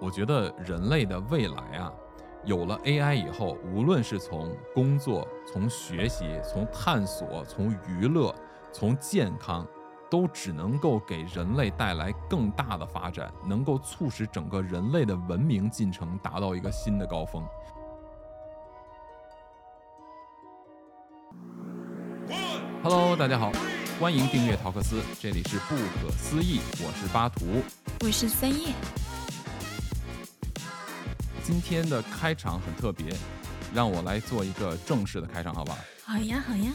我觉得人类的未来啊，有了 AI 以后，无论是从工作、从学习、从探索、从娱乐、从健康，都只能够给人类带来更大的发展，能够促使整个人类的文明进程达到一个新的高峰。Hello，大家好，欢迎订阅陶克斯，这里是不可思议，我是巴图。我是三叶，今天的开场很特别，让我来做一个正式的开场，好不好好呀好呀，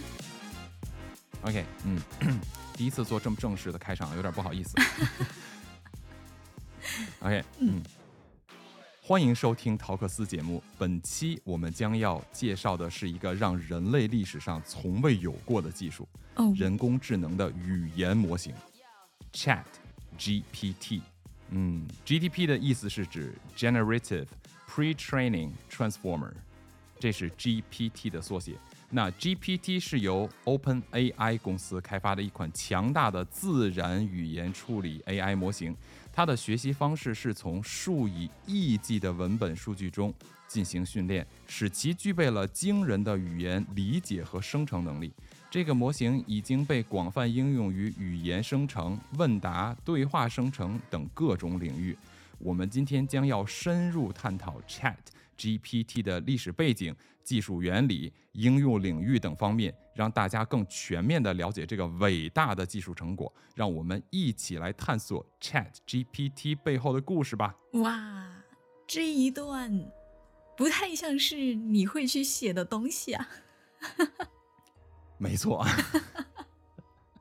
？OK，嗯， 第一次做这么正式的开场，有点不好意思。OK，嗯，欢迎收听陶克斯节目。本期我们将要介绍的是一个让人类历史上从未有过的技术哦——人工智能的语言模型 Chat GPT。嗯，GTP 的意思是指 Generative Pre-Training Transformer，这是 GPT 的缩写。那 GPT 是由 OpenAI 公司开发的一款强大的自然语言处理 AI 模型，它的学习方式是从数以亿计的文本数据中进行训练，使其具备了惊人的语言理解和生成能力。这个模型已经被广泛应用于语言生成、问答、对话生成等各种领域。我们今天将要深入探讨 Chat GPT 的历史背景、技术原理、应用领域等方面，让大家更全面地了解这个伟大的技术成果。让我们一起来探索 Chat GPT 背后的故事吧。哇，这一段不太像是你会去写的东西啊。没错，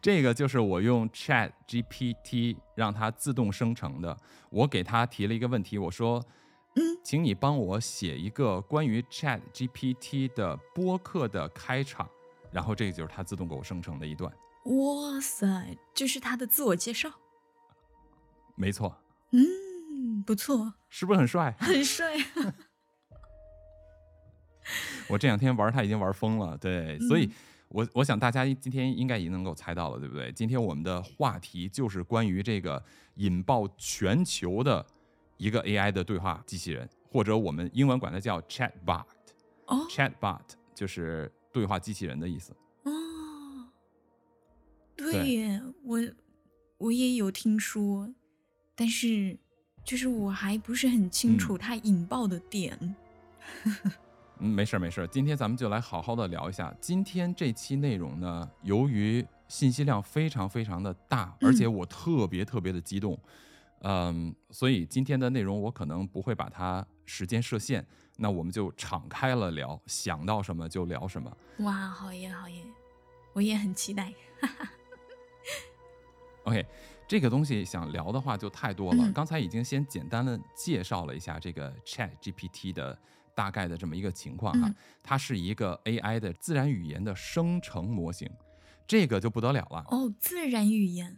这个就是我用 Chat GPT 让它自动生成的。我给它提了一个问题，我说：“嗯，请你帮我写一个关于 Chat GPT 的播客的开场。”然后这就是它自动给我生成的一段。哇塞，这是他的自我介绍，没错，嗯，不错，是不是很帅？很帅啊。我这两天玩它已经玩疯了，对，所以嗯我我想大家今天应该也能够猜到了，对不对？今天我们的话题就是关于这个引爆全球的一个 AI 的对话机器人，或者我们英文管它叫 Chatbot，Chatbot 哦就是对话机器人的意思。哦，对对耶，我我也有听说，但是就是我还不是很清嗯楚它引爆的点。嗯，没事儿没事儿，今天咱们就来好好的聊一下。今天这期内容呢，由于信息量非常非常的大，而且我特别特别的激动，嗯，所以今天的内容我可能不会把它时间设限，那我们就敞开了聊，想到什么就聊什么。哇，好耶好耶，我也很期待。 OK，这个东西想聊的话就太多了。嗯刚才已经先简单的介绍了一下这个 Chat GPT 的大概的这么一个情况哈，嗯它是一个 AI 的自然语言的生成模型，这个就不得了了。哦，自然语言，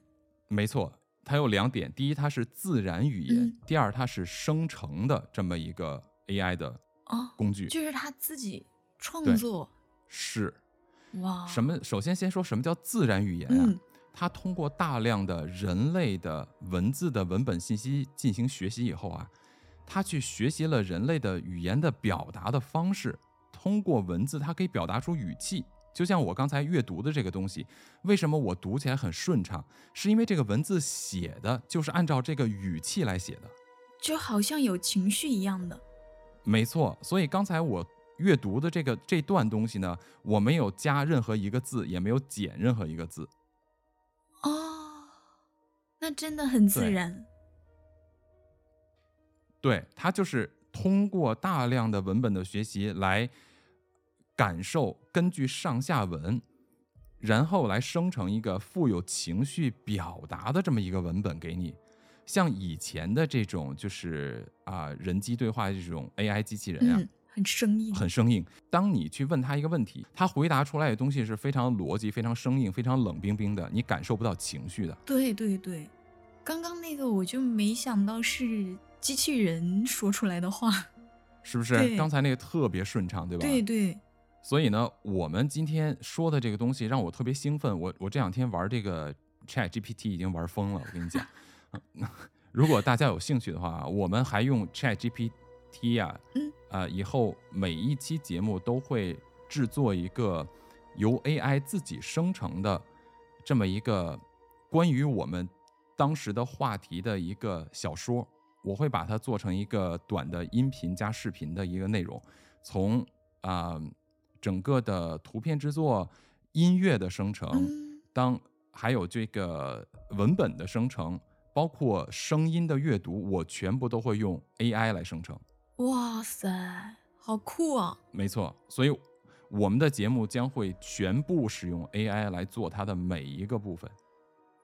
没错，它有两点：第一，它是自然语言；嗯第二，它是生成的这么一个 AI 的哦，工具。就是他自己创对作，是哇，什么？么？首先，先说什么叫自然语言啊？哦嗯，它通过大量的人类的文字的文本信息进行学习以后啊，它去学习了人类的语言的表达的方式，通过文字它可以表达出语气。就像我刚才阅读的这个东西，为什么我读起来很顺畅？是因为这个文字写的就是按照这个语气来写的。就好像有情绪一样的，没错，所以刚才我阅读的这个这段东西呢，我没有加任何一个字，也没有减任何一个字。哦，那真的很自对然，嗯对，它就是通过大量的文本的学习来感受，根据上下文，然后来生成一个富有情绪表达的这么一个文本给你。像以前的这种就是啊、人机对话这种 AI 机器人呀、嗯，很生硬，很生硬。当你去问他一个问题，他回答出来的东西是非常逻辑、非常生硬、非常冷冰冰的，你感受不到情绪的。对对对，刚刚那个我就没想到是机器人说出来的话，是不是？对刚才那个特别顺畅，对吧？对对，所以呢，我们今天说的这个东西让我特别兴奋。我我这两天玩这个 Chat GPT 已经玩疯了，我跟你讲。如果大家有兴趣的话，啊我们还用 Chat GPT 啊，嗯，呃，以后每一期节目都会制作一个由 AI 自己生成的这么一个关于我们当时的话题的一个小说，我会把它做成一个短的音频加视频的一个内容，从啊、整个的图片制作、音乐的生成。嗯当还有这个文本的生成，包括声音的阅读，我全部都会用 AI 来生成。哇塞，好酷啊！没错，所以我们的节目将会全部使用 AI 来做它的每一个部分。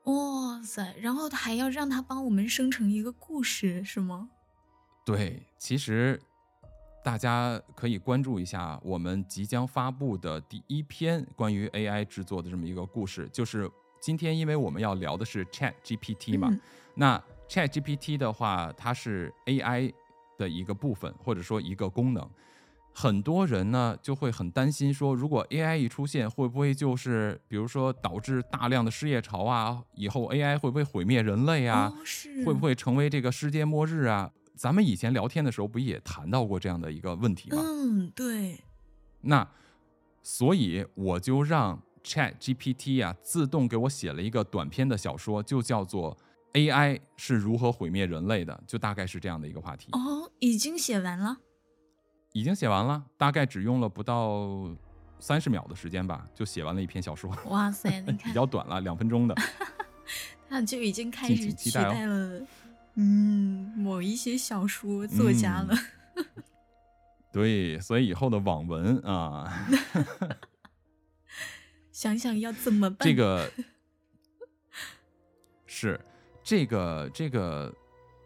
哇塞，然后还要让他帮我们生成一个故事，是吗？对，其实大家可以关注一下我们即将发布的第一篇关于 AI 制作的这么一个故事，就是今天因为我们要聊的是 Chat GPT 嘛，嗯那 Chat GPT 的话，它是 AI 的一个部分或者说一个功能。很多人呢就会很担心说，如果 AI 一出现，会不会就是比如说导致大量的失业潮啊？以后 AI 会不会毁灭人类啊？哦，是会不？会成为这个世界末日啊？咱们以前聊天的时候不也谈到过这样的一个问题吗？嗯，对，那所以我就让 Chat GPT 啊自动给我写了一个短篇的小说，就叫做《AI 是如何毁灭人类的》，就大概是这样的一个话题。哦，已经写完了。已经写完了，大概只用了不到三十秒的时间吧，就写完了一篇小说，哇 塞，哦你比看，较短了，两分钟 的。他就已经开敬始请期取待哦代了，嗯，某一些小说作家了。嗯对，所以以后的网文啊。 想想要怎么办？ 这个是这个这个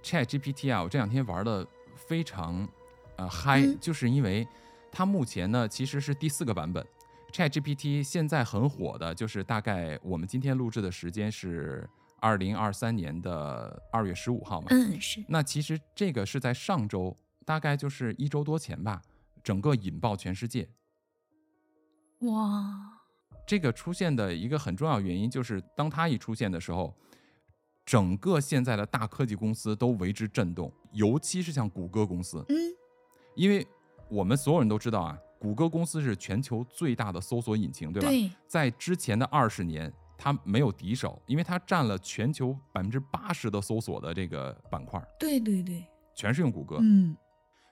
Chat GPT 啊，我这两天玩的非常呃嗨、嗯就是因为它目前呢其实是第四个版本。Chat GPT 现在很火的，就是大概我们今天录制的时间是二零二三年的二月十五号嘛、嗯，是那其实这个是在上周，大概就是一周多前吧，整个引爆全世界。哇，这个出现的一个很重要原因就是，当它一出现的时候，整个现在的大科技公司都为之震动，尤其是像谷歌公司，嗯，因为我们所有人都知道啊，谷歌公司是全球最大的搜索引擎，对吧？对，在之前的二十年，它没有敌手，因为它占了全球百分之八十的搜索的这个板块，对对对，全是用谷歌。嗯，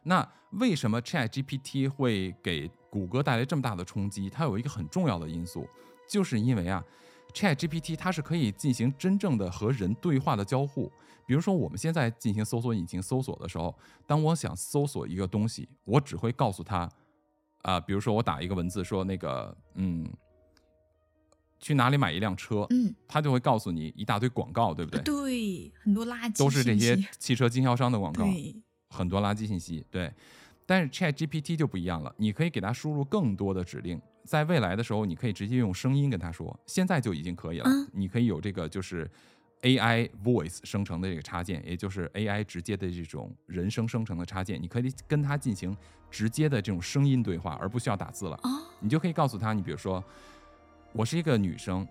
那为什么 Chat GPT 会给谷歌带来这么大的冲击？它有一个很重要的因素，就是因为啊，Chat GPT 它是可以进行真正的和人对话的交互。比如说，我们现在进行搜索引擎搜索的时候，当我想搜索一个东西，我只会告诉它，啊、比如说我打一个文字说那个，嗯，去哪里买一辆车，嗯，它就会告诉你一大堆广告，对不对？对，很多垃圾都是这信些息汽车经销商的广告。对，很多垃圾信息。对，但是 Chat GPT 就不一样了，你可以给它输入更多的指令。在未来的时候，你可以直接用声音跟它说，现在就已经可以了。嗯你可以有这个就是 AI Voice 生成的这个插件，也就是 AI 直接的这种人声生成的插件，你可以跟它进行直接的这种声音对话，而不需要打字了。哦，你就可以告诉他，你比如说，我是一个女生，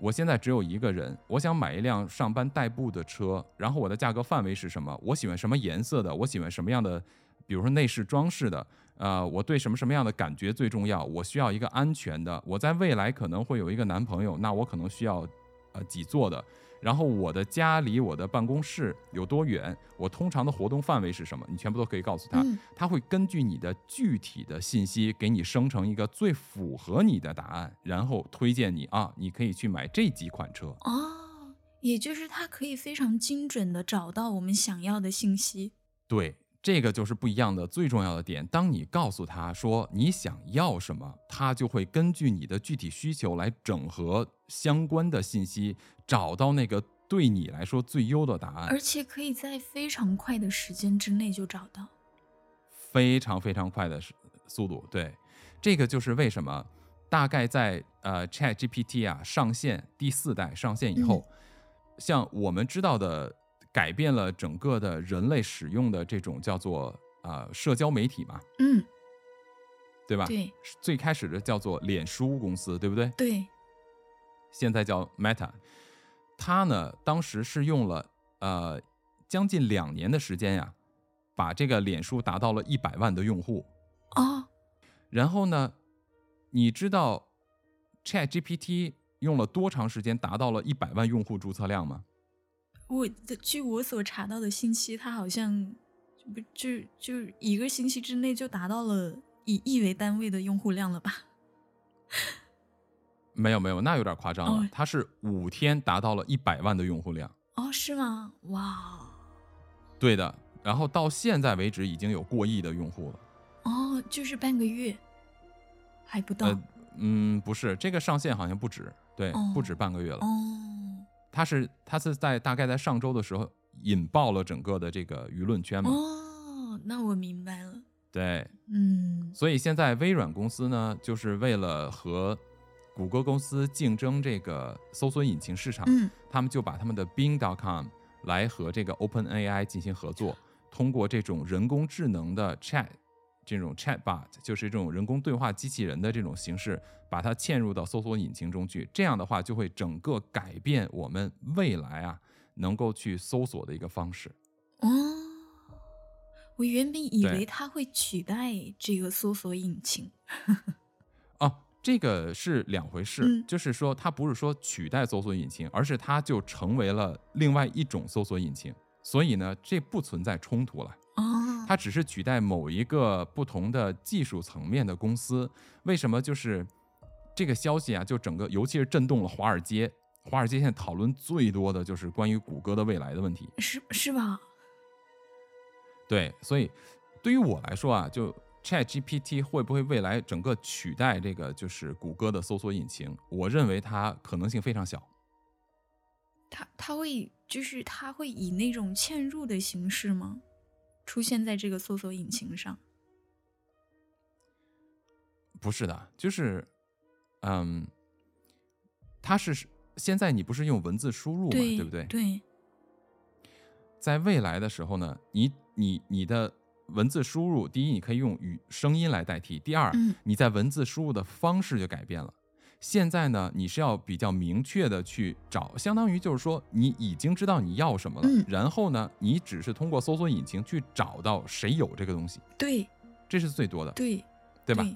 我现在只有一个人，我想买一辆上班代步的车，然后我的价格范围是什么？我喜欢什么颜色的？我喜欢什么样的？比如说内饰装饰的，呃，我对什么什么样的感觉最重要？我需要一个安全的，我在未来可能会有一个男朋友，那我可能需要呃几座的。然后我的家离我的办公室有多远？我通常的活动范围是什么？你全部都可以告诉他。嗯，它会根据你的具体的信息，给你生成一个最符合你的答案，然后推荐你啊，你可以去买这几款车。哦，也就是它可以非常精准的找到我们想要的信息。对，这个就是不一样的最重要的点。当你告诉他说你想要什么，他就会根据你的具体需求来整合相关的信息，找到那个对你来说最优的答案而。且可以在非常快的时间之内就找到。非常非常快的时速度。对，这个就是为什么大概在呃 Chat GPT 啊上线第四代上线以后，像我们知道的，改变了整个的人类使用的这种叫做啊、呃社交媒体嘛，嗯，对吧？对最开始的叫做脸书公司，对不对？对，现在叫 Meta。它呢，当时是用了呃将近两年的时间呀、把这个脸书达到了一百万的用户。哦，然后呢，你知道 Chat GPT 用了多长时间达到了一百万用户注册量吗？我的据我所查到的信息，它好像不就就一个星期之内就达到了以亿为单位的用户量了吧？没有没有，那有点夸张了哦。它是五天达到了一百万的用户量。哦，是吗？哇，对的，然后到现在为止已经有过亿的用户了。哦，就是半个月，还不到。呃，嗯，不是，这个上线好像不止，对，不哦止半个月了。哦它是它是在大概在上周的时候引爆了整个的这个舆论圈嘛。哦，那我明白了。对，嗯，所以现在微软公司呢，就是为了和谷歌公司竞争这个搜索引擎市场，嗯，他们就把他们的 Bing.com 来和这个 OpenAI 进行合作，通过这种人工智能的 Chat 这种 Chatbot，就是这种人工对话机器人的这种形式，把它嵌入到搜索引擎中去。这样的话，就会整个改变我们未来啊能够去搜索的一个方式。哦，我原本以对为它会取代这个搜索引擎。哦，这个是两回事，嗯就是说它不是说取代搜索引擎，而是它就成为了另外一种搜索引擎。所以呢，这不存在冲突了，哦，它只是取代某一个不同的技术层面的公司。为什么就是这个消息啊，就整个尤其是震动了华尔街。华尔街现在讨论最多的就是关于谷歌的未来的问题。是是吧？对，所以对于我来说啊，就 Chat GPT 会不会未来整个取代这个就是谷歌的搜索引擎？我认为它可能性非常小。它它会就是它会以那种嵌入的形式吗？出现在这个搜索引擎上？不是的，就是，嗯，它是现在你不是用文字输入嘛，对对不对？对，在未来的时候呢，你你你的文字输入，第一你可以用语声音来代替，第二、嗯你在文字输入的方式就改变了。现在呢，你是要比较明确的去找，相当于就是说你已经知道你要什么了，嗯然后呢，你只是通过搜索引擎去找到谁有这个东西，对这是最多的，对对吧？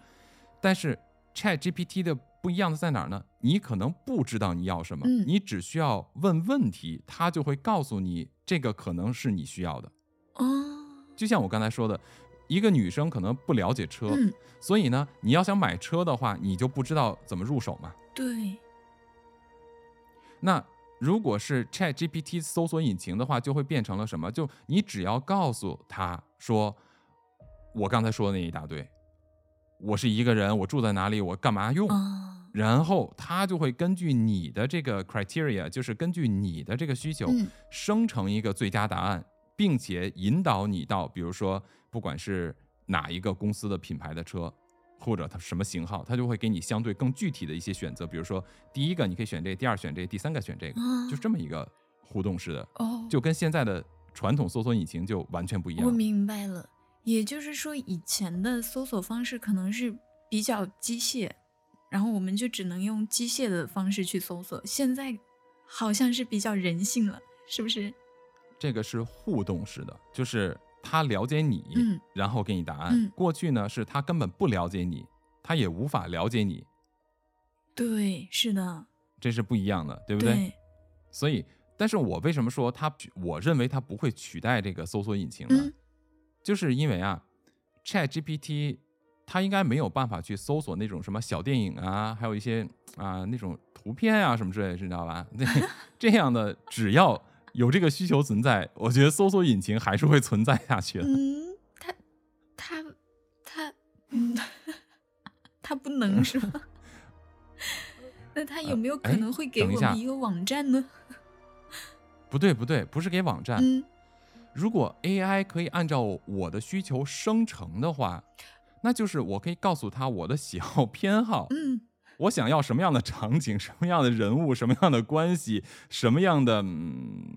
但是 Chat GPT 的不一样的在哪儿呢？你可能不知道你要什么，嗯你只需要问问题，它就会告诉你这个可能是你需要的。哦，就像我刚才说的，一个女生可能不了解车，嗯，所以呢，你要想买车的话，你就不知道怎么入手嘛。对，那如果是 Chat GPT 搜索引擎的话，就会变成了什么？就你只要告诉他说，我刚才说的那一大堆，我是一个人，我住在哪里，我干嘛用，哦，然后它就会根据你的这个 criteria，就是根据你的这个需求，嗯生成一个最佳答案，并且引导你到，比如说不管是哪一个公司的品牌的车，或者它什么型号，它就会给你相对更具体的一些选择，比如说第一个你可以选这个，第二选这个，第三个选这个，啊就这么一个互动式的，哦，就跟现在的传统搜索引擎就完全不一样我了。明白了，也就是说，以前的搜索方式可能是比较机械，然后我们就只能用机械的方式去搜索。现在好像是比较人性了，是不是？这个是互动式的，就是他了解你，嗯然后给你答案。嗯过去呢是他根本不了解你，他也无法了解你，对，是的，这是不一样的，对不对所以，但是我为什么说它，我认为它不会取代这个搜索引擎呢？嗯就是因为啊，Chat GPT 它应该没有办法去搜索那种什么小电影啊，还有一些啊、那种图片啊什么之类的，知道吧？ 那这样的只要有这个需求存在，我觉得搜索引擎还是会存在下 去的。嗯，他他他，嗯，他不能 是吗？那他有没有可哎能会给等一我下们一个网站呢？不对，不对，不是给网站。嗯，如果 AI 可以按照我的需求生成的话，那就是我可以告诉他我的喜好偏好，嗯，我想要什么样的场景、什么样的人物、什么样的关系、什么样的嗯，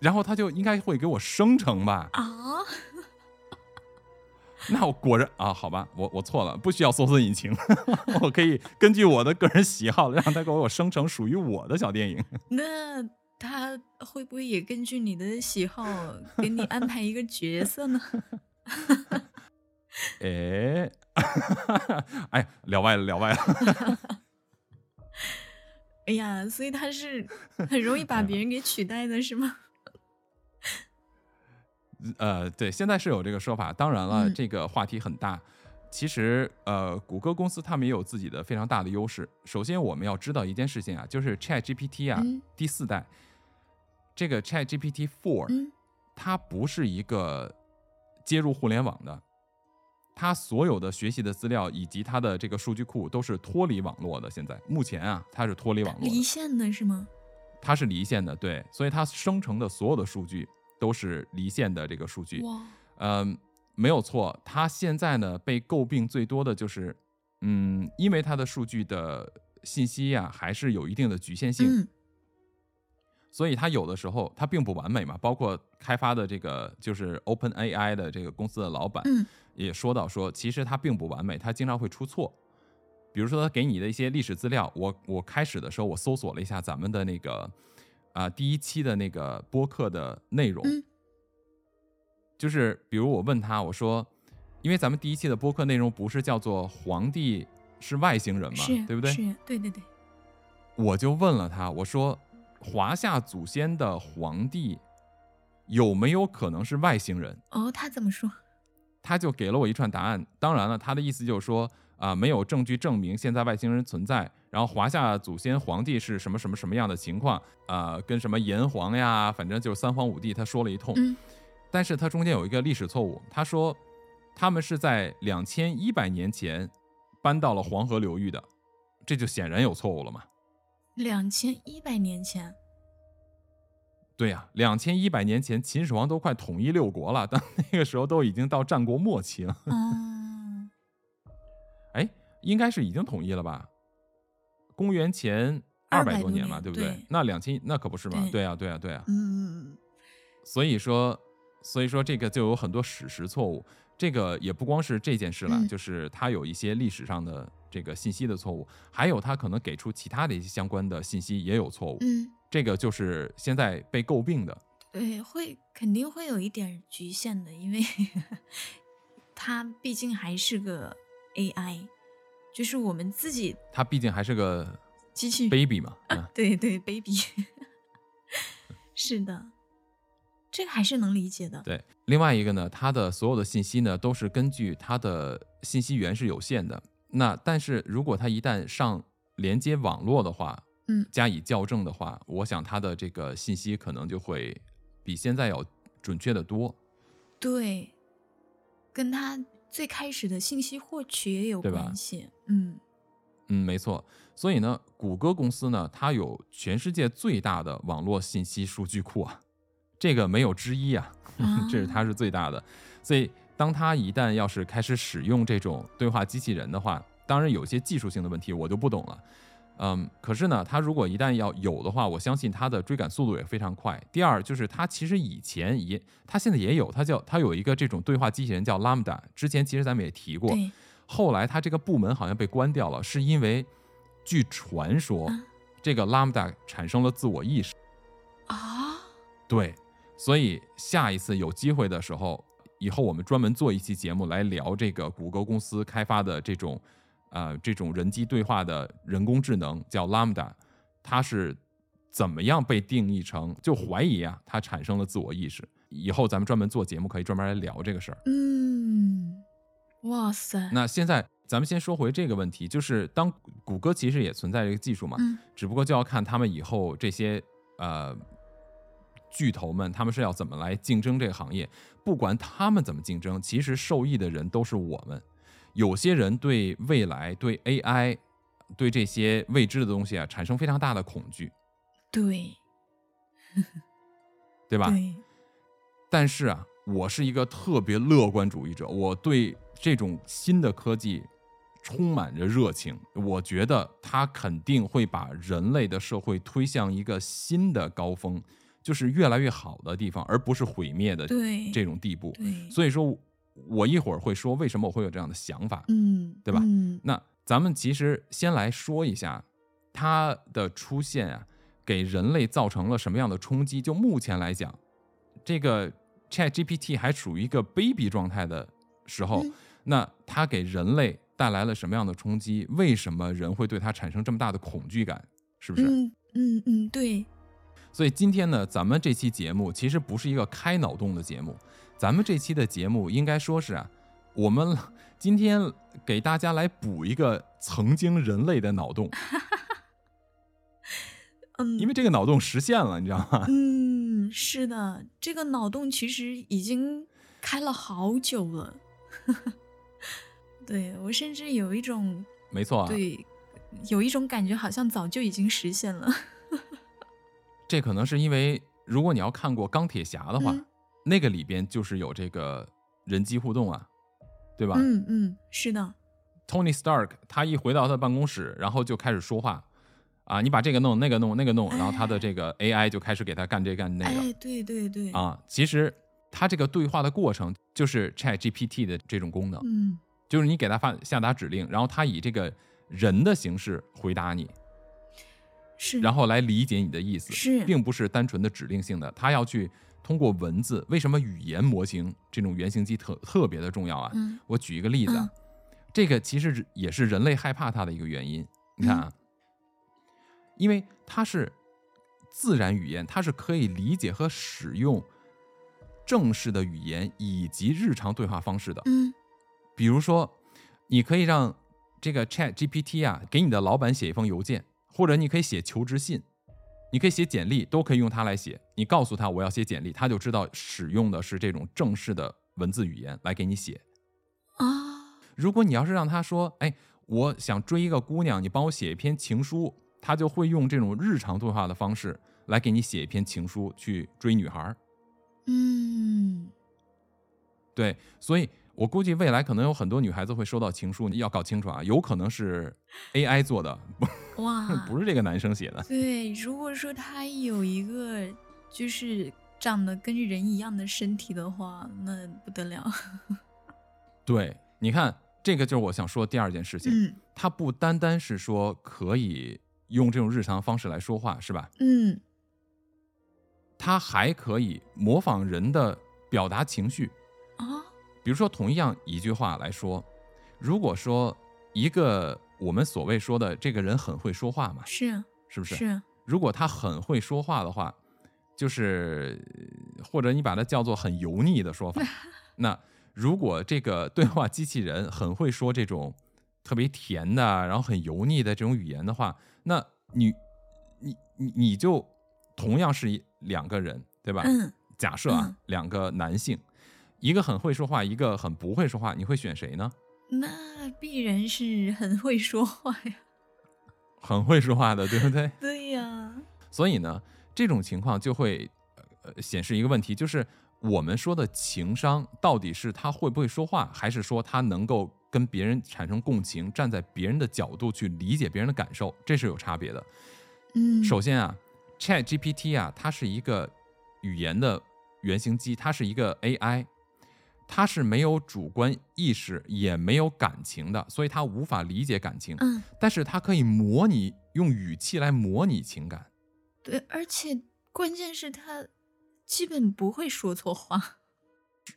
然后他就应该会给我生成吧？啊，那我果然啊，好吧，我我错了，不需要搜索引擎， 我可以根据我的个人喜好让他给我生成属于我的小电影。 那他会不会也根据你的喜好给你安排一个角色呢？ 哎， 哎，聊歪了，聊歪了。哎呀，所以他是很容易把别人给取代的，是吗？呃，对，现在是有这个说法。当然了，嗯这个话题很大。其实，呃，谷歌公司他们也有自己的非常大的优势。首先，我们要知道一件事情啊，就是 Chat GPT 啊，嗯第四代，这个 Chat GPT Four，、嗯它不是一个接入互联网的，它所有的学习的资料以及它的这个数据库都是脱离网络的。现在目前啊，它是脱离网络离的，线的是吗？它是离线的，对，所以它生成的所有的数据都是离线的这个数据。哇，嗯，没有错，它现在呢被诟病最多的就是，嗯，因为它的数据的信息呀、还是有一定的局限性，嗯所以它有的时候它并不完美嘛。包括开发的这个就是 Open AI 的这个公司的老板嗯也说到说，其实它并不完美，它经常会出错。比如说，他给你的一些历史资料，我我开始的时候我搜索了一下咱们的那个啊、第一期的那个播客的内容，嗯就是比如我问他，我说，因为咱们第一期的播客内容不是叫做“皇帝是外星人”嘛是，，对不对？是，对对对，我就问了他，我说，华夏祖先的皇帝有没有可能是外星人？哦，他怎么说？他就给了我一串答案。当然了，他的意思就是说，啊、没有证据证明现在外星人存在。然后华夏祖先皇帝是什么什么什么样的情况？啊、跟什么炎黄呀，反正就是三皇五帝，他说了一通。嗯但是他中间有一个历史错误，他说他们是在两千一百年前搬到了黄河流域的，这就显然有错误了嘛。两千一百年前， 对呀、2两千一百年前秦始皇都快统一六国了，但那个时候都已经到战国末期 了，嗯，哎，应该是已经统一了吧？公元前二百200多年嘛，多年对不对？对那两千那可不是嘛？对对啊呀、对呀、对呀、嗯，所以说，所以说这个就有很多史实错误。这个也不光是这件事了，嗯就是它有一些历史上的这个信息的错误，还有它可能给出其他的一些相关的信息也有错误。嗯，这个就是现在被诟病的。对，会肯定会有一点局限的，因为 它毕竟还是个 AI，就是我们自己它毕竟还是个机器， baby 嘛，嗯对对，baby，是的，这个还是能理解的。对。另外一个呢，它的所有的信息呢都是根据它的信息源是有限的。那但是如果它一旦上连接网络的话，嗯加以校正的话，我想它的这个信息可能就会比现在要准确的多，对，跟它最开始的信息获取也有对吧关系。嗯嗯，没错。所以呢，谷歌公司呢，它有全世界最大的网络信息数据库啊，这个没有之一啊，啊 这是它是最大的。所以，当它一旦要是开始使用这种对话机器人的话，当然有些技术性的问题我就不懂了。嗯，可是呢，它如果一旦要有的话，我相信它的追赶速度也非常快。第二就是它其实以前也，它现在也有，它叫它有一个这种对话机器人叫 Lambda，之前其实咱们也提过，对，后来他这个部门好像被关掉了，是因为据传说啊，这个 Lambda 产生了自我意识。啊，对，所以下一次有机会的时候，以后我们专门做一期节目来聊这个谷歌公司开发的这种，呃，这种人机对话的人工智能叫 Lambda，它是怎么样被定义成？就怀疑啊，它产生了自我意识。以后咱们专门做节目，可以专门来聊这个事儿。嗯，哇塞，那现在咱们先说回这个问题，就是当谷歌其实也存在这个技术嘛，嗯只不过就要看他们以后这些呃巨头们，他们是要怎么来竞争这个行业。不管他们怎么竞争，其实受益的人都是我们。有些人对未来、对 AI、对这些未知的东西啊，产生非常大的恐惧，对对吧？对，但是啊，我是一个特别乐观主义者，我对这种新的科技充满着热情。我觉得它肯定会把人类的社会推向一个新的高峰，就是越来越好的地方，而不是毁灭的对这种地步。对，所以说，我一会儿会说为什么我会有这样的想法。嗯，对吧嗯那咱们其实先来说一下它的出现啊，给人类造成了什么样的冲击？就目前来讲，这个 Chat GPT 还处于一个 baby 状态的时候，嗯那它给人类带来了什么样的冲击？为什么人会对它产生这么大的恐惧感？是不是？嗯嗯嗯，对，所以今天呢，咱们这期节目其实不是一个开脑洞的节目，咱们这期的节目应该说是啊，我们今天给大家来补一个曾经人类的脑洞， 嗯，因为这个脑洞实现了，你知道吗？嗯，是的，这个脑洞其实已经开了好久了。 对我甚至有一种没错啊，对，有一种感觉，好像早就已经实现了。这可能是因为如果你要看过钢铁侠的话，嗯那个里边就是有这个人机互动啊，对吧？嗯嗯，是的， Tony Stark 他一回到他的办公室，然后就开始说话，啊，你把这个弄，那个弄，那个弄，然后他的这个 AI 就开始给他干这干那个。哎，对对对，啊，其实它这个对话的过程就是 Chat GPT 的这种功能，嗯就是你给它发下达指令，然后它以这个人的形式回答你，是，然后后来理解你的意思，是并不是单纯的指令性的，它要去通过文字。为什么语言模型这种原型机特特别的重要啊？嗯我举一个例子啊，这个其实也是人类害怕它的一个原因。你看啊，因为它是自然语言，它是可以理解和使用正式的语言以及日常对话方式的。嗯比如说，你可以让这个 Chat GPT 啊给你的老板写一封邮件，或者你可以写求职信，你可以写简历，都可以用它来写。你告诉他我要写简历，他就知道使用的是这种正式的文字语言来给你写。啊，如果你要是让他说，哎，我想追一个姑娘，你帮我写一篇情书，他就会用这种日常对话的方式来给你写一篇情书去追女孩儿。 嗯对，所以我估计未来可能有很多女孩子会收到情书，你要搞清楚啊，有可能是 AI 做的，不，哇不是这个男生写的。对，如果说他有一个就是长得跟人一样的身体的话，那不得了。 对，你看，这个就是我想说的第二件事情，嗯它不单单是说可以用这种日常方式来说话，是吧？嗯它还可以模仿人的表达情绪，啊，比如说同样一句话来说，如果说一个我们所谓说的这个人很会说话嘛，是啊是不是，如果他很会说话的话，就是呃或者你把它叫做很油腻的 说法。那如果这个对话机器人很会说这种特别甜的，然后很油腻的这种语言的话，那你你你你就同样是一两个人，对吧？嗯假设啊嗯，两个男性，一个很会说话，一个很不会说话，你会选谁呢？那必然是很会说话呀。 很会说话的，对不对？ 对呀，所以呢，这种情况就会呃呃显示一个问题，就是我们说的情商到底是他会不会说话，还是说他能够跟别人产生共情，站在别人的角度去理解别人的感受，这是有差别的。嗯，首先啊，Chat GPT 啊，它是一个语言的原型机，它是一个 AI，它是没有主观意识，也没有感情的，所以它无法理解感情，嗯但是它可以模拟用语气来模拟情感。对，而且关键是他基本不会说错话。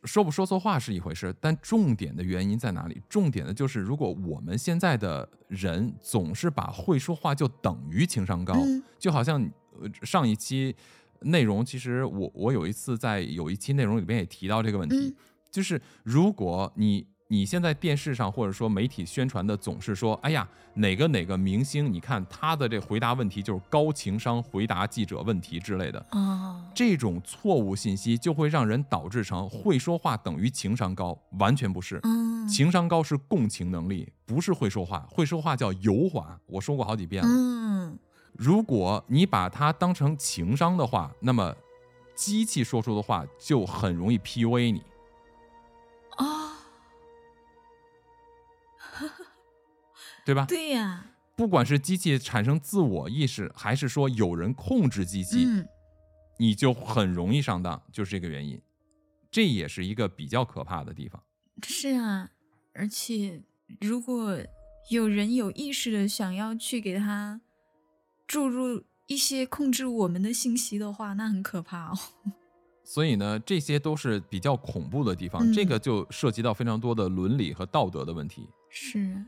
说不说错话是一回事，但重点的原因在哪里？重点的就是，如果我们现在的人总是把会说话就等于情商高，嗯就好像呃上一期内容，其实我我有一次在有一期内容里边也提到这个问题，嗯就是如果你你现在电视上或者说媒体宣传的总是说，哎呀哪个哪个明星，你看他的这回答问题就是高情商回答记者问题之类的，哦，这种错误信息就会让人导致成会说话等于情商高，完全不是。嗯情商高是共情能力，不是会说话。会说话叫油滑，我说过好几遍了。嗯如果你把它当成情商的话，那么机器说出的话就很容易 PUA 你。哦，对吧？对呀，不管是机器产生自我意识，还是说有人控制机器，嗯你就很容易上当，就是这个原因。这也是一个比较可怕的地方。是啊，而且如果有人有意识的想要去给他注入一些控制我们的信息的话，那很可怕哦。所以呢，这些都是比较恐怖的地方，嗯这个就涉及到非常多的伦理和道德的问题。是，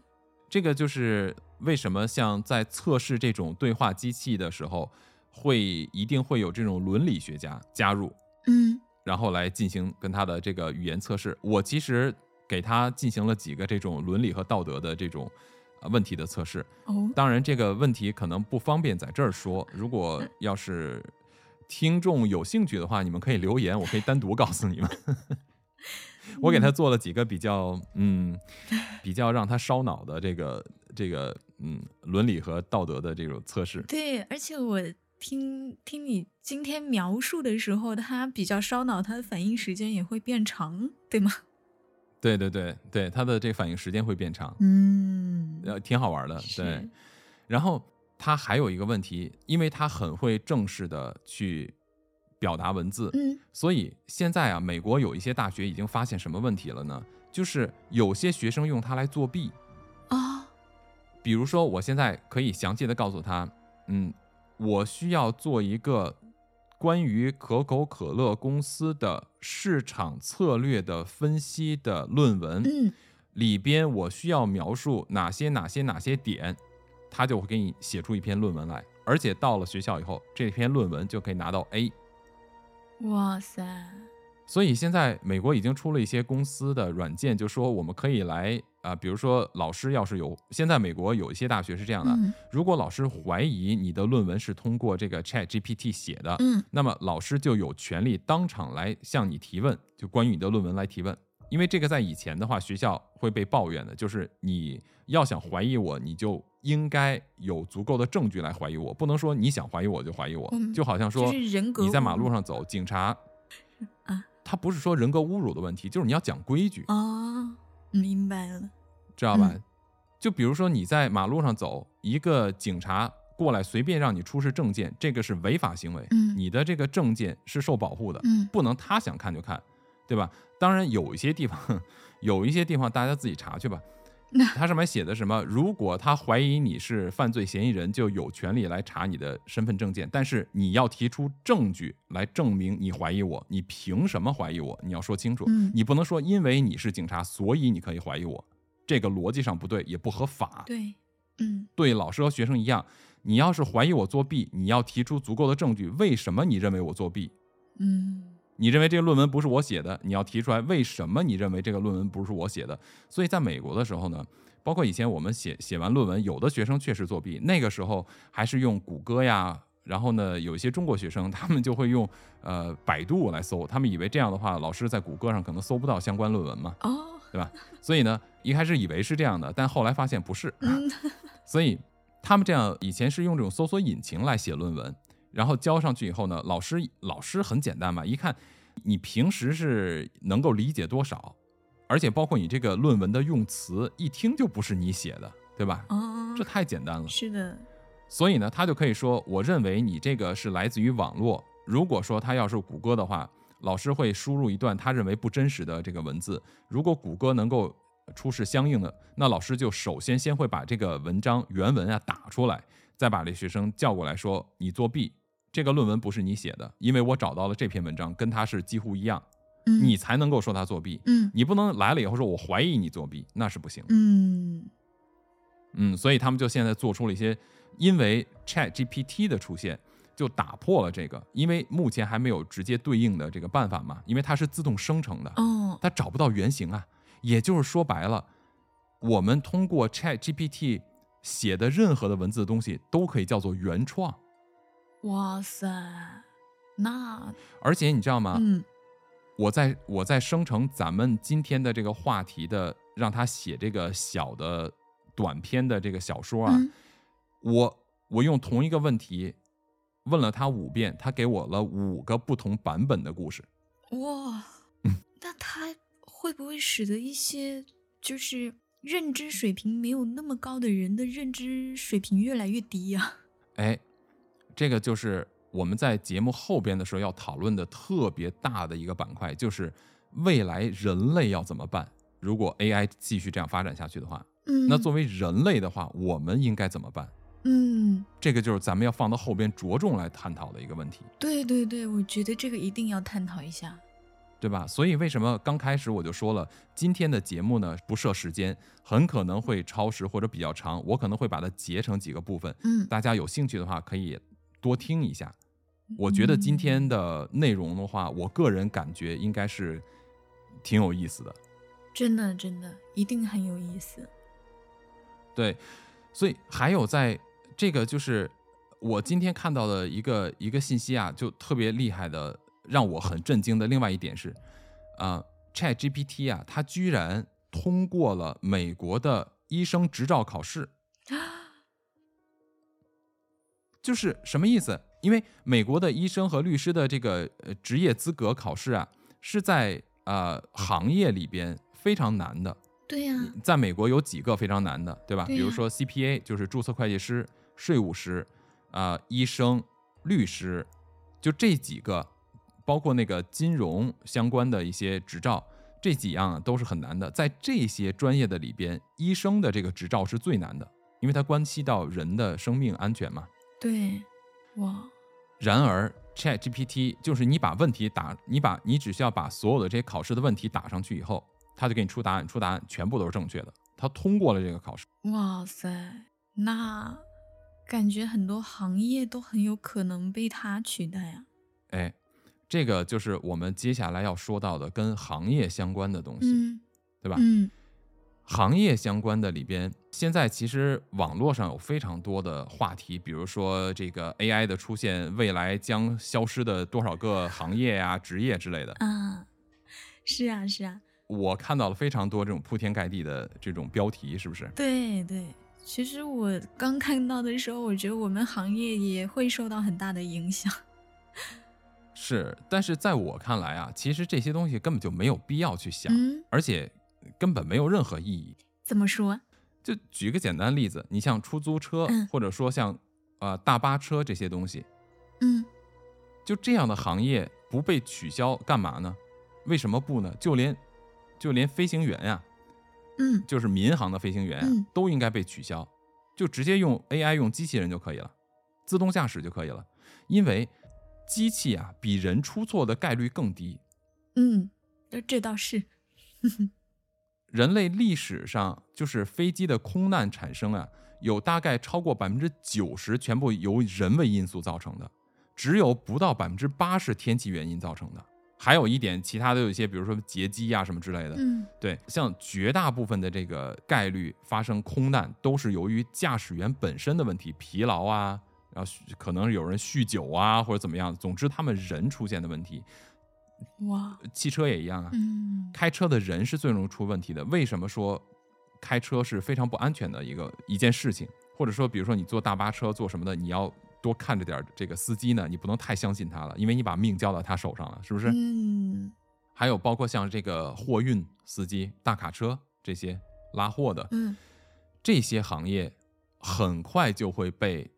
这个就是为什么像在测试这种对话机器的时候，会一定会有这种伦理学家加入， 嗯然后来进行跟他的这个语言测试。我其实给他进行了几个这种伦理和道德的这种呃问题的测试。哦，当然，这个问题可能不方便在这儿说。如果嗯要是听众有兴趣的话，你们可以留言，我可以单独告诉你们。 我嗯给他做了几个比较，嗯，比较让他烧脑的这个这个，嗯，伦理和道德的这种测试。对，而且我听听你今天描述的时候，它比较烧脑，它的反应时间也会变长，对吗？对对对对，他的这反应时间会变长，嗯呃，挺好玩的。对是，然后他还有一个问题，因为他很会正式的去表达文字，嗯所以现在啊，美国有一些大学已经发现什么问题了呢？就是有些学生用它来作弊。哦，比如说，我现在可以详细的告诉他，嗯，我需要做一个关于可口可乐公司的市场策略的分析的论文，嗯里边我需要描述哪些哪些哪些点，他就会给你写出一篇论文来。而且到了学校以后，这篇论文就可以拿到 A。哇塞，所以现在美国已经出了一些公司的软件，就说我们可以来啊、比如说老师要是有，现在美国有一些大学是这样的，嗯如果老师怀疑你的论文是通过这个 Chat GPT 写的，嗯那么老师就有权利当场来向你提问，就关于你的论文来提问。因为这个在以前的话，学校会被抱怨的，就是你要想怀疑我，你就应该有足够的证据来怀疑我，不能说你想怀疑我就怀疑我，嗯就好像说就是人格你在侮马路辱上走，警察啊，他不是说人格侮辱的问题，就是你要讲规矩，哦，明白了，知道吧嗯？就比如说你在马路上走，一个警察过来随便让你出示证件，这个是违法行为，嗯你的这个证件是受保护的，嗯不能他想看就看，对吧？当然有一些地方， 有一些地方大家自己查 去吧。它上面写的什么？如果他怀疑你是犯罪嫌疑人，就有权利来查你的身份证件，但是你要提出证据来证明你怀疑我，你凭什么怀疑我？你要说清楚，嗯你不能说因为你是警察，所以你可以怀疑我，这个逻辑上不对，也不合法。对，嗯对老师和学生一样，你要是怀疑我作弊，你要提出足够的证据，为什么你认为我作弊？嗯你认为这个论文不是我写的，你要提出来为什么你认为这个论文不是我写的。所以在美国的时候呢，包括以前我们写写完论文，有的学生确实作弊，那个时候还是用谷歌呀，然后呢，有一些中国学生他们就会用呃百度来搜，他们以为这样的话，老师在谷歌上可能搜不到相关论文嘛，哦，对吧？所以呢，一开始以为是这样的，但后来发现不是。嗯 所以他们这样以前是用这种搜索引擎来写论文，然后交上去以后呢，老师老师很简单嘛，一看你平时是能够理解多少，而且包括你这个论文的用词，一听就不是你写的，对吧？哦，这太简单了。是的，所以呢，他就可以说，我认为你这个是来自于网络。如果说他要是谷歌的话，老师会输入一段他认为不真实的这个文字。如果谷歌能够出示相应的，那老师就首先先会把这个文章原文啊打出来，再把这学生叫过来说，你作弊，这个论文不是你写的，因为我找到了这篇文章，跟他是几乎一样，嗯你才能够说他作弊。嗯你不能来了以后说我怀疑你作弊，那是不行的。嗯嗯，所以他们就现在做出了一些，因为 Chat GPT 的出现，就打破了这个，因为目前还没有直接对应的这个办法嘛，因为它是自动生成的，哦，它找不到原型啊。也就是说白了，我们通过 Chat GPT 写的任何的文字东西都可以叫做原创，哇塞，那而且你知道吗？嗯我在我在生成咱们今天的这个话题的，让他写这个小的短篇的这个小说啊，嗯我我用同一个问题问了他五遍，他给我了五个不同版本的故事。哇，那它会不会使得一些就是认知水平没有那么高的人的认知水平越来越低呀、 哎，这个就是我们在节目后边的时候要讨论的特别大的一个板块，就是未来人类要怎么办？如果 AI 继续这样发展下去的话，嗯，那作为人类的话，我们应该怎么办？嗯，这个就是咱们要放到后边着重来探讨的一个问题，对对对，我觉得这个一定要探讨一下。对吧？所以为什么刚开始我就说了，今天的节目呢不设时间，很可能会超时或者比较长，我可能会把它截成几个部分，嗯，大家有兴趣的话可以多听一下。我觉得今天的内容的话，我个人感觉应该是挺有意思的。真的真的一定很有意思。对，所以还有在这个就是我今天看到的一个一个信息啊，就特别厉害的，让我很震惊的。另外一点是，啊、c h a t GPT 啊，它居然通过了美国的医生执照考试，就是什么意思？因为美国的医生和律师的这个呃职业资格考试啊，是在呃行业里边非常难的。对呀、在美国有几个非常难的，对吧？对比如呀说 CPA 就是注册会计师、税务师，啊、医生、律师，就这几个，包括那个金融相关的一些执照，这几样啊都是很难的。在这些专业的里边，医生的这个执照是最难的，因为它关系到人的生命安全嘛。对，哇，然而 Chat GPT 就是你把问题打，你把你只需要把所有的这些考试的问题打上去以后，它就给你出答案，出答案全部都是正确的，它通过了这个考试。哇塞，那感觉很多行业都很有可能被它取代啊。哎，这个就是我们接下来要说到的跟行业相关的东西，嗯对吧？嗯，行业相关的里边，现在其实网络上有非常多的话题，比如说这个 AI 的出现，未来将消失的多少个行业呀、职业之类的。啊，是啊是啊，我看到了非常多这种铺天盖地的这种标题，是不是？对对。其实我刚看到的时候，我觉得我们行业也会受到很大的影响。是，但是在我看来啊，其实这些东西根本就没有必要去想，嗯，而且根本没有任何意义。怎么说？就举个简单例子，你像出租车，嗯或者说像呃大巴车这些东西，嗯，就这样的行业不被取消干嘛呢？为什么不呢？就连就连飞行员呀、嗯，就是民航的飞行员、啊嗯都应该被取消，就直接用 AI 用机器人就可以了，自动驾驶就可以了，因为机器啊比人出错的概率更低。嗯，这这倒是，人类历史上就是飞机的空难产生啊，有大概超过百分之九十全部由人为因素造成的，只有不到百分之八是天气原因造成的。还有一点，其他的有一些，比如说劫机啊什么之类的。嗯对，像绝大部分的这个概率发生空难，都是由于驾驶员本身的问题，疲劳啊，然后可能有人酗酒啊或者怎么样，总之他们人出现的问题。哇，汽车也一样啊，嗯开车的人是最容易出问题的。为什么说开车是非常不安全的一个一件事情？或者说，比如说你坐大巴车坐什么的，你要多看着点儿这个司机呢，你不能太相信他了，因为你把命交到他手上了，是不是？嗯还有包括像这个货运司机、大卡车这些拉货的，嗯，这些行业很快就会被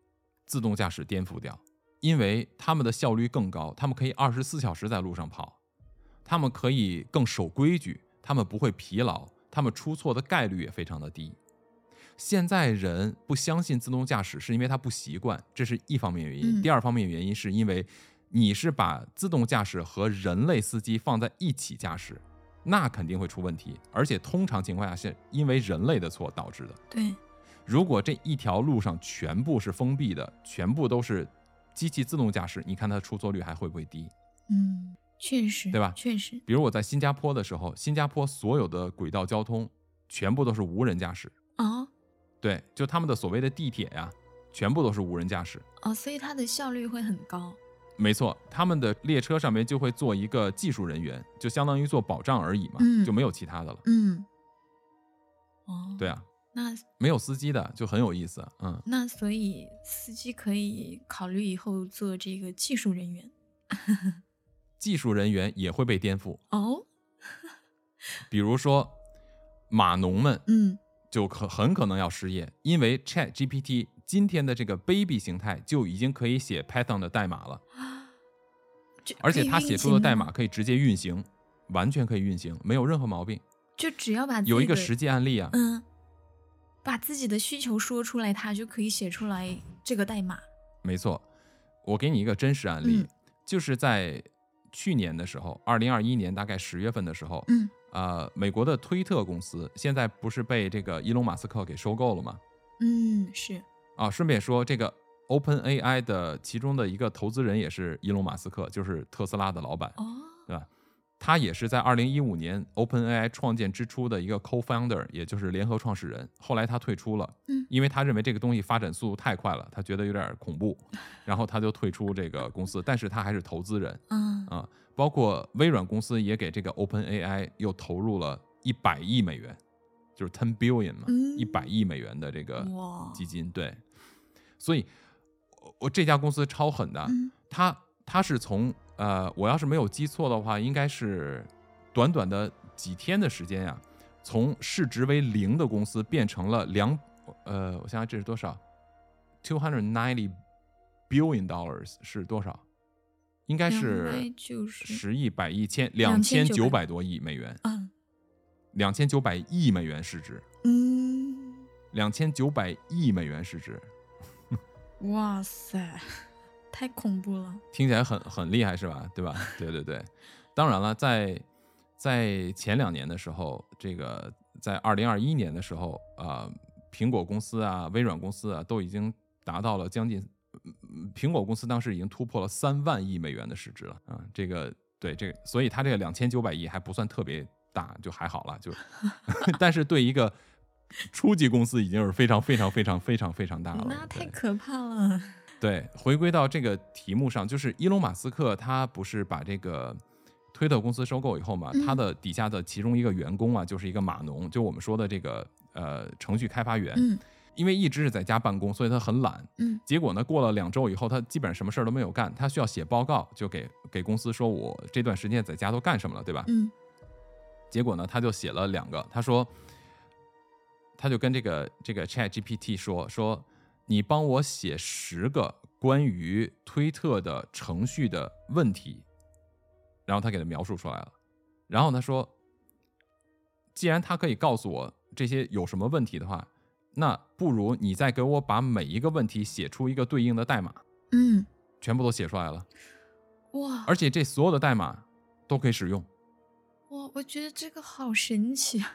自动驾驶颠覆掉，因为他们的效率更高，他们可以二十四小时在路上跑，他们可以更守规矩，他们不会疲劳，他们出错的概率也非常的低。现在人不相信自动驾驶，是因为他不习惯，这是一方面原因。嗯第二方面原因是因为你是把自动驾驶和人类司机放在一起驾驶，那肯定会出问题，而且通常情况下是因为人类的错导致的。对，如果这一条路上全部是封闭的，全部都是机器自动驾驶，你看它出错率还会不会低？嗯，确实，对吧确实，比如我在新加坡的时候，新加坡所有的轨道交通全部都是无人驾驶，哦对，就他们的所谓的地铁呀、全部都是无人驾驶。哦，所以它的效率会很高。没错，他们的列车上面就会做一个技术人员，就相当于做保障而已嘛，嗯就没有其他的了。嗯，哦，对，啊，那没有司机的就很有意思，嗯，那所以司机可以考虑以后做这个技术人员技术人员也会被颠覆，哦。比如说码农们，嗯，就可很可能要失业，因为 Chat GPT 今天的这个 Baby 形态就已经可以写 Python 的代码了，就而可且以它运写出行的代吗码可以直接运行，完全可以运行，没有任何毛病。就只要把自有一己个的实际案例啊，嗯把自己的需求说出来，它就可以写出来这个代码。没错，我给你一个真实案例，嗯就是在去年的时候，二零二一年大概十月份的时候，嗯呃，美国的推特公司现在不是被这个伊隆马斯克给收购了吗？嗯，是，啊，顺便说，这个 Open AI 的其中的一个投资人也是伊隆马斯克，就是特斯拉的老板，哦，对吧？他也是在二零一五年 Open AI 创建之初的一个 co-founder，也就是联合创始人。后来他退出了，嗯因为他认为这个东西发展速度太快了，他觉得有点恐怖，然后他就退出这个公司。但是他还是投资人，嗯啊，包括微软公司也给这个 Open AI 又投入了一百亿美元，就是 ten billion 嘛，嗯呃一百、亿美元的这个哇基金，对，所以我我这家公司超狠的，嗯它它是从呃，我要是没有记错的话，应该是短短的几天的时间呀、从市值为零的公司变成了两呃，我想想这是多少，two hundred ninety billion dollars 是多少？应该应该是就是十亿、百亿、千两千2900九百多亿美元，嗯两千九百亿美元市值，嗯，两千九百亿美元市值，哇塞，太恐怖了。听起来很很厉害是 吧？对吧？对对对，当然了，在在前两年的时候，这个在二零二一年的时候，啊、苹果公司啊、微软公司啊，都已经达到了将近，嗯嗯苹果公司当时已经突破了三万亿美元的市值了啊、这个对这个，所以它这个两千九百亿还不算特别大，就还好了， 就， 但是对一个初级公司已经是非常非常非常非常非常大了，那太啊对哎可怕了。对，回归到这个题目上，就是伊隆马斯克他不是把这个推特公司收购以后嘛，他的底下的其中一个员工啊，就是一个码农，就我们说的这个呃程序开发员，嗯因为一直是在家办公，所以他很懒。嗯结果呢，过了两周以后，他基本上什么事儿都没有干，他需要写报告，就给给公司说我这段时间在家都干什么了，对吧？嗯结果呢，他就写了两个，他说，他就跟这个这个 Chat GPT 说说，你帮我写十个关于推特的程序的问题，然后他给他描述出来了，然后他说，既然他可以告诉我这些有什么问题的话，那不如你再给我把每一个问题写出一个对应的代码，嗯，全部都写出来了，哇而且这所有的代码都可以使用。哇，我觉得这个好神奇啊。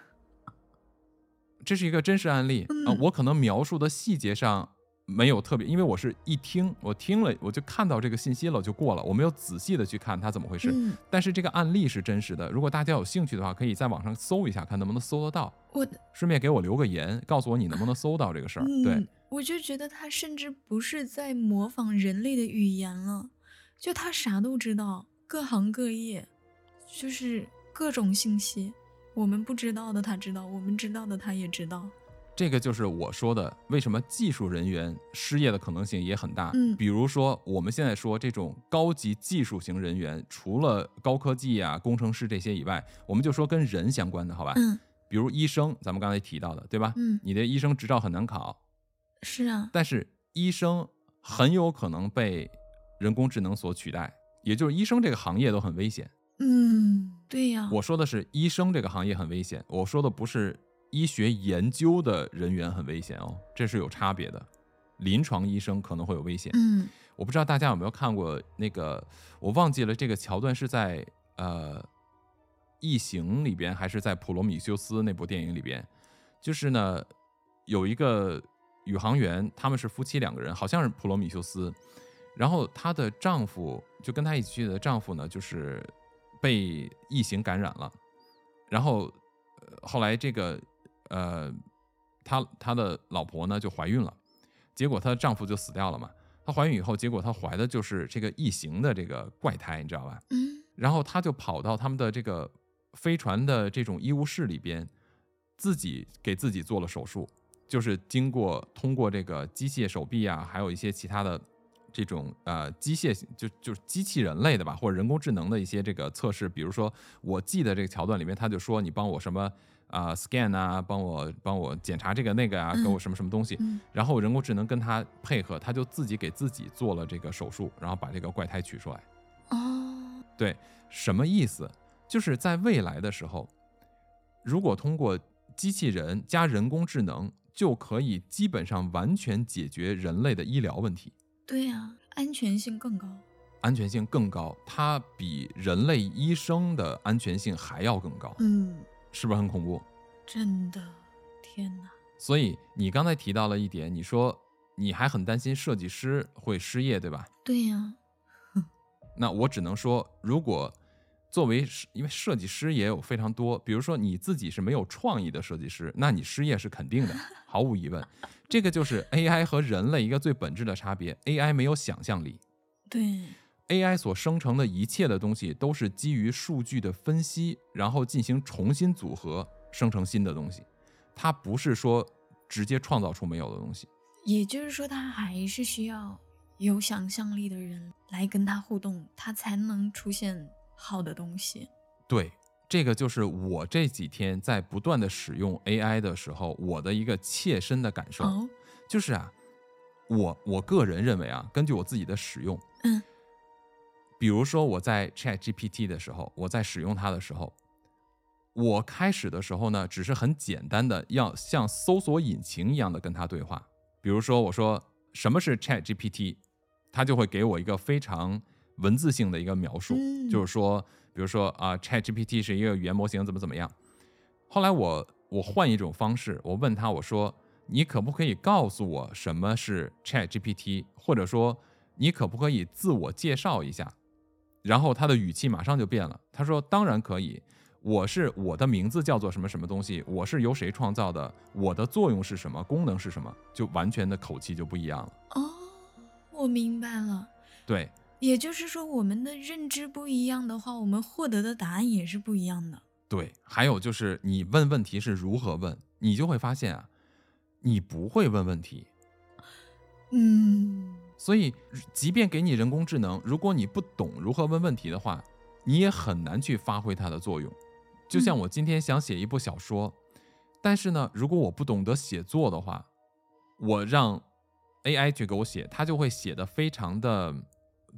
这是一个真实案例啊、嗯我可能描述的细节上没有特别，因为我是一听我听了我就看到这个信息了就过了，我没有仔细的去看它怎么回事。嗯，但是这个案例是真实的，如果大家有兴趣的话，可以在网上搜一下，看能不能搜得到。我顺便给我留个言，告诉我你能不能搜到这个事儿。对嗯，我就觉得他甚至不是在模仿人类的语言了，就他啥都知道，各行各业，就是各种信息，我们不知道的他知道，我们知道的他也知道。这个就是我说的，为什么技术人员失业的可能性也很大。嗯比如说我们现在说这种高级技术型人员，除了高科技啊、工程师这些以外，我们就说跟人相关的，好吧？嗯比如医生，咱们刚才提到的，对吧？嗯，你的医生执照很难考，是啊，但是医生很有可能被人工智能所取代，也就是医生这个行业都很危险。嗯，对呀、我说的是医生这个行业很危险，我说的不是医学研究的人员很危险哦，这是有差别的。临床医生可能会有危险，嗯我不知道大家有没有看过那个，我忘记了这个桥段是在呃《异形》里边还是在《普罗米修斯》那部电影里边，就是呢有一个宇航员，他们是夫妻两个人，好像是普罗米修斯，然后她的丈夫就跟她一起去的丈夫呢，就是被异形感染了，然后、呃、后来这个呃他他的老婆呢就怀孕了，结果她的丈夫就死掉了嘛。她怀孕以后，结果她怀的就是这个异形的这个怪胎，你知道吧？嗯然后她就跑到他们的这个飞船的这种医务室里边，自己给自己做了手术，就是经过通过这个机械手臂啊，还有一些其他的这种呃机械就就是机器人类的吧，或者人工智能的一些这个测试，比如说我记得这个桥段里面，他就说你帮我什么。啊、s c a n 啊，帮我帮我检查这个那个啊，给我什么什么东西，嗯然后人工智能跟他配合，他就自己给自己做了这个手术，然后把这个怪胎取出来。哦，对，什么意思？就是在未来的时候，如果通过机器人加人工智能就可以基本上完全解决人类的医疗问题，对呀、安全性更高。安全性更高，它比人类医生的安全性还要更高，嗯，是不是很恐怖？真的，天哪！所以你刚才提到了一点，你说你还很担心设计师会失业，对吧？对呀、那我只能说，如果作为是因为设计师也有非常多，比如说你自己是没有创意的设计师，那你失业是肯定的，毫无疑问。这个就是 AI 和人类一个最本质的差别，AI 没有想象力。对， AI 所生成的一切的东西都是基于数据的分析，然后进行重新组合，生成新的东西。它不是说直接创造出没有的东西。也就是说，他还是需要有想象力的人来跟他互动，他才能出现好的东西。对，这个就是我这几天在不断的使用 AI 的时候，我的一个切身的感受，哦，就是啊，我我个人认为啊，根据我自己的使用，嗯，比如说我在 Chat GPT 的时候，我在使用它的时候，我开始的时候呢，只是很简单的要像搜索引擎一样的跟它对话。比如说我说什么是 Chat GPT，它就会给我一个非常文字性的一个描述，嗯就是说，比如说啊，Chat GPT 是一个语言模型，怎么怎么样。后来我我换一种方式，我问他，我说你可不可以告诉我什么是 Chat GPT，或者说你可不可以自我介绍一下？然后他的语气马上就变了，他说当然可以，我是我的名字叫做什么什么东西，我是由谁创造的，我的作用是什么，功能是什么，就完全的口气就不一样了。哦，我明白了。对，也就是说，我们的认知不一样的话，我们获得的答案也是不一样的。对，还有就是你问问题是如何问，你就会发现啊，你不会问问题。嗯，所以，即便给你人工智能，如果你不懂如何问问题的话，你也很难去发挥它的作用。就像嗯我今天想写一部小说，但是呢，如果我不懂得写作的话，我让 AI 去给我写，它就会写的非常的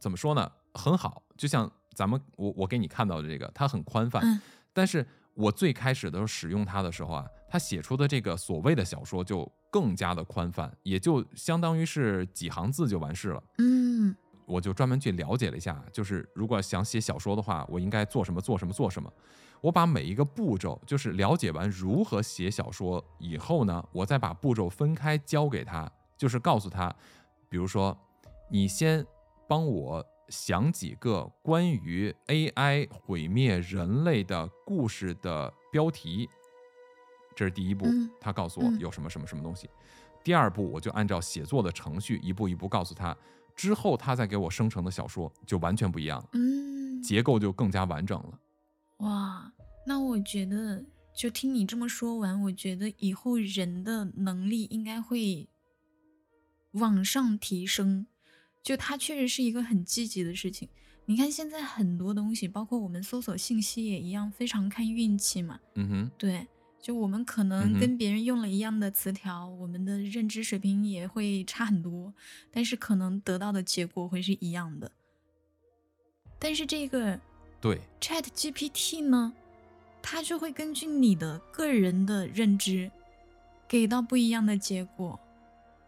怎么说呢？很好，就像咱们我我给你看到的这个，它很宽泛，嗯但是我最开始的时候使用它的时候啊，它写出的这个所谓的小说就更加的宽泛，也就相当于是几行字就完事了。嗯，我就专门去了解了一下，就是如果想写小说的话，我应该做什么，做什么，做什么。我把每一个步骤，就是了解完如何写小说以后呢，我再把步骤分开教给他，就是告诉他，比如说，你先帮我想几个关于 AI 毁灭人类的故事的标题，这是第一步嗯。他告诉我嗯有什么什么什么东西。第二步，我就按照写作的程序一步一步告诉他，之后他再给我生成的小说就完全不一样了，嗯，结构就更加完整了。哇，那我觉得，就听你这么说完，我觉得以后人的能力应该会往上提升。就它确实是一个很积极的事情。你看现在很多东西，包括我们搜索信息也一样，非常看运气嘛。嗯哼，对，就我们可嗯能哼跟别人用了一样的词条，我们的认知水平也会差很多，但是可能得到的结果会是一样的。但是这个对， Chat GPT 呢，它就会根据你的个人的认知，给到不一样的结果。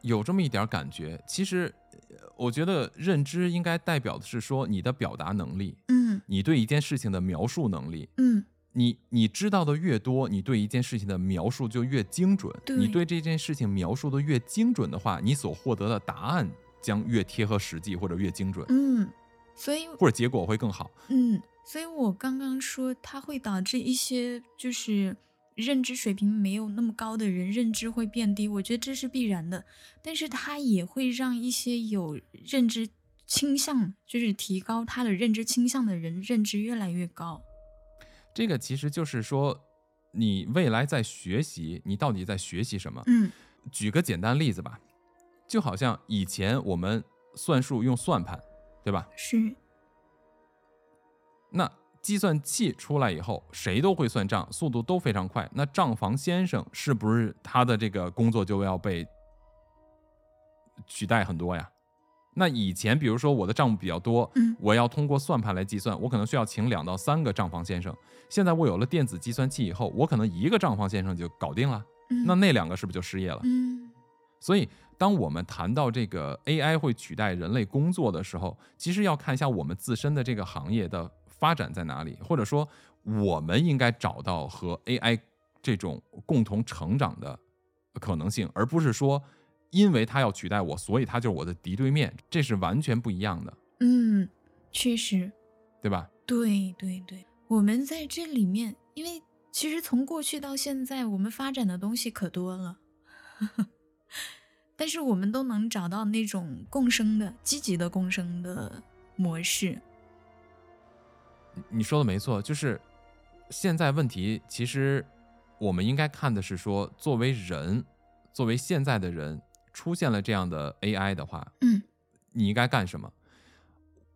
有这么一点感觉。其实，呃我觉得认知应该代表的是说你的表达能力，嗯你对一件事情的描述能力。嗯，你你知道的越多，你对一件事情的描述就越精准。对你对这件事情描述的越精准的话，你所获得的答案将越贴合实际或者越精准，嗯，所以或者结果会更好。嗯，所以我刚刚说它会导致一些就是认知水平没有那么高的人认知会变低，我觉得这是必然的。但是它也会让一些有认知倾向，就是提高他的认知倾向的人认知越来越高。这个其实就是说，你未来在学习，你到底在学习什么？嗯举个简单例子吧，就好像以前我们算术用算盘，对吧？是，那计算器出来以后，谁都会算账，速度都非常快。那账房先生是不是他的这个工作就要被取代很多呀？那以前，比如说我的账目比较多，嗯我要通过算盘来计算，我可能需要请两到三个账房先生。现在我有了电子计算器以后，我可能一个账房先生就搞定了。嗯那那两个是不是就失业了？嗯所以，当我们谈到这个 AI 会取代人类工作的时候，其实要看一下我们自身的这个行业的发展在哪里，或者说我们应该找到和 AI 这种共同成长的可能性，而不是说因为它要取代我，所以它就是我的敌对面，这是完全不一样的，嗯，确实，对吧？对对对，我们在这里面，因为其实从过去到现在，我们发展的东西可多了， 但是我们都能找到那种共生的、积极的共生的模式。你你说的没错，就是现在问题，其实我们应该看的是说，作为人，作为现在的人，出现了这样的 AI 的话，嗯你应该干什么？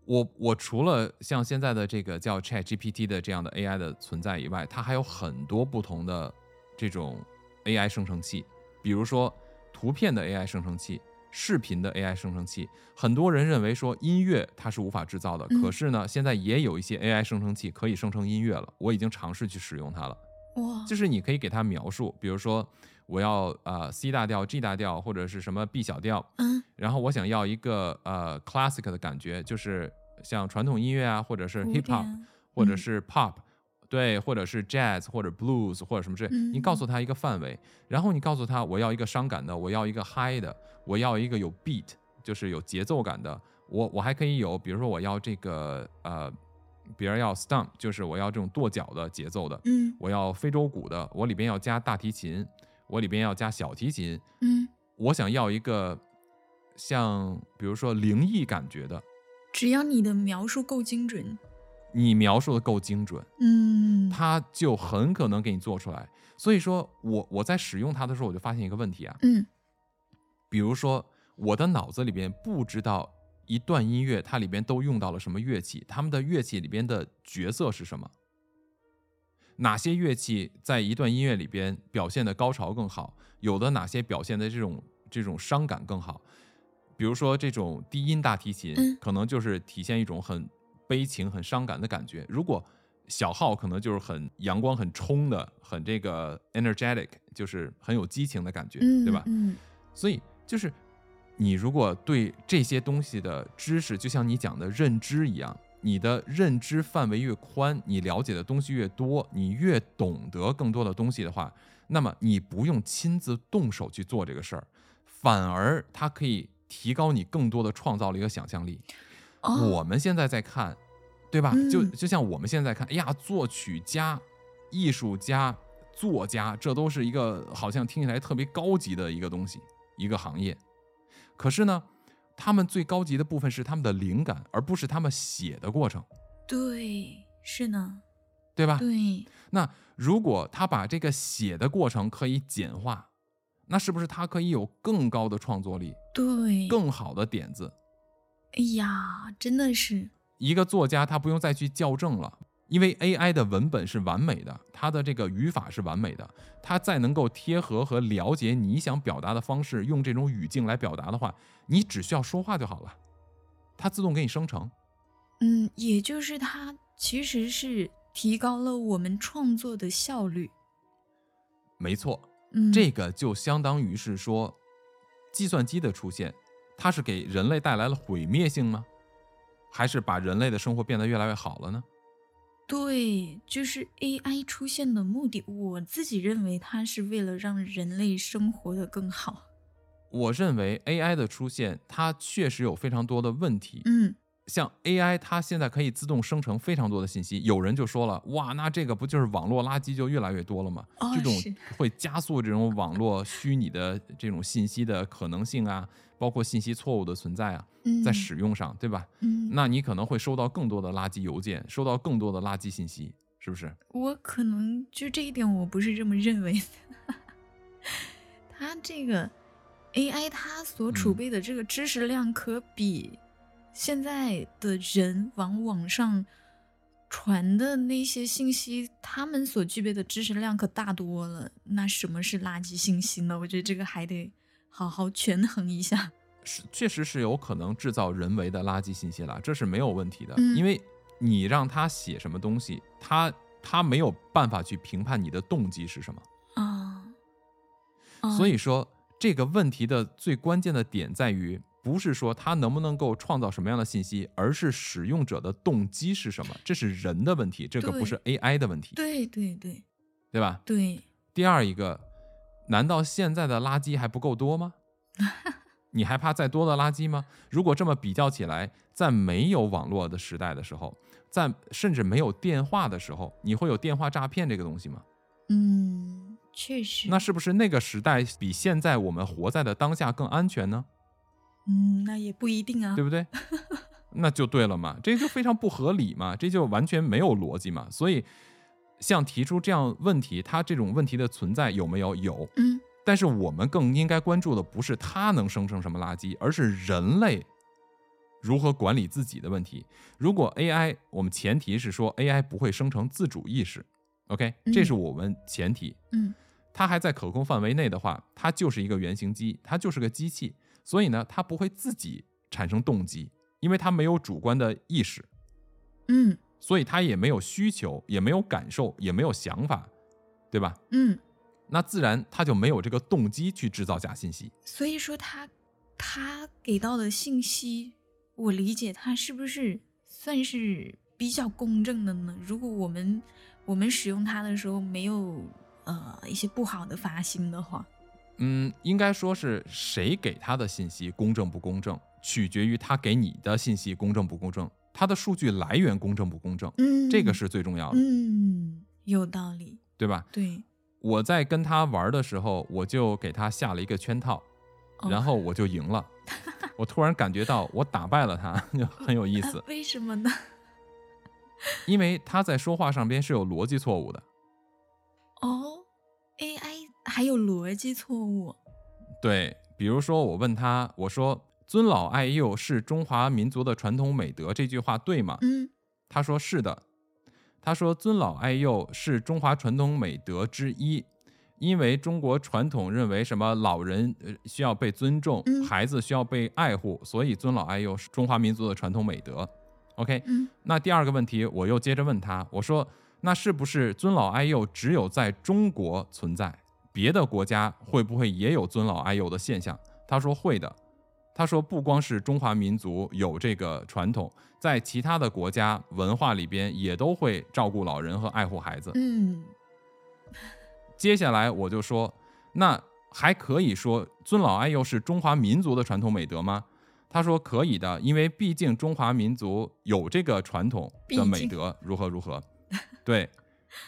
我我除了像现在的这个叫 Chat GPT 的这样的 AI 的存在以外，它还有很多不同的这种 AI 生成器，比如说图片的 AI 生成器、视频的 AI 生成器。很多人认为说音乐它是无法制造的，嗯可是呢，现在也有一些 AI 生成器可以生成音乐了。我已经尝试去使用它了。哇，就是你可以给它描述，比如说我要呃 C 大调、G 大调或者是什么 B 小调，嗯然后我想要一个呃 classic 的感觉，就是像传统音乐啊，或者是古 hip hop，、典或者嗯是 pop，、对，或者是 jazz 或者 blues 或者什么之类，你告嗯诉他一个范围，然后你告诉他我要一个伤感的，我要一个嗨的，我要一个有 beat，就是有节奏感的，我我还可以有，比如说我要这个呃，比如要 stomp，就是我要这种跺脚的节奏的，嗯我要非洲鼓的，我里边要加大提琴，我里边要加小提琴，嗯，我想要一个像比如说灵异感觉的，只要你的描述够精准，你描述的够精准，嗯，它就很可能给你做出来。所以说我我在使用它的时候，我就发现一个问题啊，嗯比如说我的脑子里边不知道一段音乐它里边都用到了什么乐器，他们的乐器里边的角色是什么。哪些乐器在一段音乐里边表现的高潮更好？有的哪些表现的这种这种伤感更好？比如说这种低音大提琴，嗯可能就是体现一种很悲情、很伤感的感觉；如果小号，可能就是很阳光、很冲的、很这个 energetic，就是很有激情的感觉，嗯，对吧？嗯所以就是你如果对这些东西的知识，就像你讲的认知一样，你的认知范围越宽，你了解的东西越多，你越懂得更多的东西的话，那么你不用亲自动手去做这个事儿，反而它可以提高你更多的创造力和想象力。哦，我们现在在看，对吧？就就像我们现在看，哎呀，作曲家、艺术家、作家，这都是一个好像听起来特别高级的一个东西，一个行业。可是呢，他们最高级的部分是他们的灵感，而不是他们写的过程，对，是呢，对吧？对，那如果他把这个写的过程可以简化，那是不是他可以有更高的创作力、对，更好的点子？哎呀，真的是，一个作家他不用再去校正了，因为 AI 的文本是完美的，它的这个语法是完美的，它再能够贴合和了解你想表达的方式，用这种语境来表达的话，你只需要说话就好了，它自动给你生成。嗯，也就是它其实是提高了我们创作的效率。没错，嗯，这个就相当于是说，计算机的出现，它是给人类带来了毁灭性吗？还是把人类的生活变得越来越好了呢？对，就是 AI 出现的目的，我自己认为它是为了让人类生活的更好。我认为 AI 的出现，它确实有非常多的问题。嗯，像 AI，它现在可以自动生成非常多的信息。有人就说了，哇，那这个不就是网络垃圾就越来越多了吗？哦这种是会加速这种网络虚拟的这种信息的可能性啊，包括信息错误的存在啊，嗯在使用上，对吧？嗯，那你可能会收到更多的垃圾邮件，收到更多的垃圾信息，是不是？我可能就这一点我不是这么认为的。 它这个 AI 它所储嗯备的这个知识量，可比现在的人往网上传的那些信息，他们所具备的知识量可大多了。那什么是垃圾信息呢？我觉得这个还得好好权衡一下。是，确实是有可能制造人为的垃圾信息了，这是没有问题的，嗯因为你让他写什么东西，他他没有办法去评判你的动机是什么。啊，哦，所以说，这个问题的最关键的点在于，不是说它能不能够创造什么样的信息，而是使用者的动机是什么，这是人的问题，这个不是 AI 的问题，对对对对吧？对，第二一个，难道现在的垃圾还不够多吗？ 你还怕再多的垃圾吗？如果这么比较起来，在没有网络的时代的时候，在甚至没有电话的时候，你会有电话诈骗这个东西吗？嗯，确实，那是不是那个时代比现在我们活在的当下更安全呢？嗯，那也不一定啊对。不对？那就对了嘛，这就非常不合理嘛，这就完全没有逻辑嘛。所以，像提出这样问题，它这种问题的存在有没有？有，嗯，但是我们更应该关注的不是它能生成什么垃圾，而是人类如何管理自己的问题。如果 AI，我们前提是说 AI 不会生成自主意识，OK，嗯这是我们前提。嗯，它还在可控范围内的话，它就是一个原型机，它就是个机器，所以呢，它不会自己产生动机，因为它没有主观的意识，嗯所以它也没有需求，也没有感受，也没有想法，对吧？嗯，那自然它就没有这个动机去制造假信息。所以说他他给到的信息，我理解他是不是算是比较公正的呢？如果我们我们使用它的时候没有呃一些不好的发心的话，嗯，应该说是谁给他的信息公正不公正，取决于他给你的信息公正不公正，他的数据来源公正不公正，嗯，这个是最重要的，嗯有道理，对吧？对，我在跟他玩的时候，我就给他下了一个圈套，哦然后我就赢了。我突然感觉到我打败了他， 就很有意啊思，为什么呢？ 因为他在说话上边是有逻辑错误的。哦，AI 还有逻辑错误，对，比如说我问他，我说“尊老爱幼是中华民族的传统美德”这句话对吗？嗯他说是的。他说尊老爱幼是中华传统美德之一，因为中国传统认为什么老人呃需要被尊重，嗯孩子需要被爱护，所以尊老爱幼是中华民族的传统美德。OK，嗯那第二个问题，我又接着问他，我说那是不是尊老爱幼只有在中国存在？别的国家会不会也有尊老爱幼的现象？他说会的。他说不光是中华民族有这个传统，在其他的国家文化里边也都会照顾老人和爱护孩子。嗯接下来我就说，那还可以说尊老爱幼是中华民族的传统美德吗？他说可以的，因为毕竟中华民族有这个传统的美德，如何如何，对，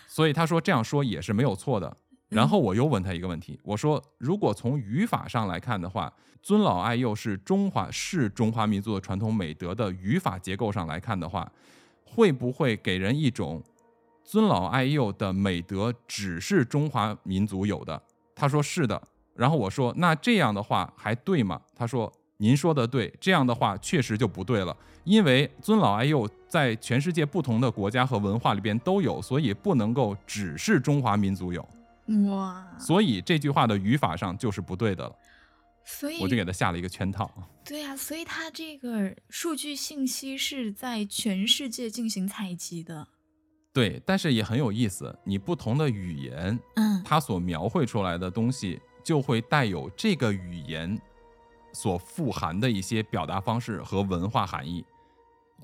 所以他说这样说也是没有错的。然后我又问他一个问题，我说如果从语法上来看的话，尊老爱幼是中华是中华民族的传统美德的语法结构上来看的话，会不会给人一种尊老爱幼的美德只是中华民族有的？他说是的。然后我说那这样的话还对吗？他说您说的对，这样的话确实就不对了，因为尊老爱幼在全世界不同的国家和文化里边都有，所以不能够只是中华民族有。嗯哇，所以这句话的语法上就是不对的了，所以我就给他下了一个圈套。对呀、所以它这个数据信息是在全世界进行采集的。对，但是也很有意思，你不同的语言嗯它所描绘出来的东西就会带有这个语言所富含的一些表达方式和文化含义。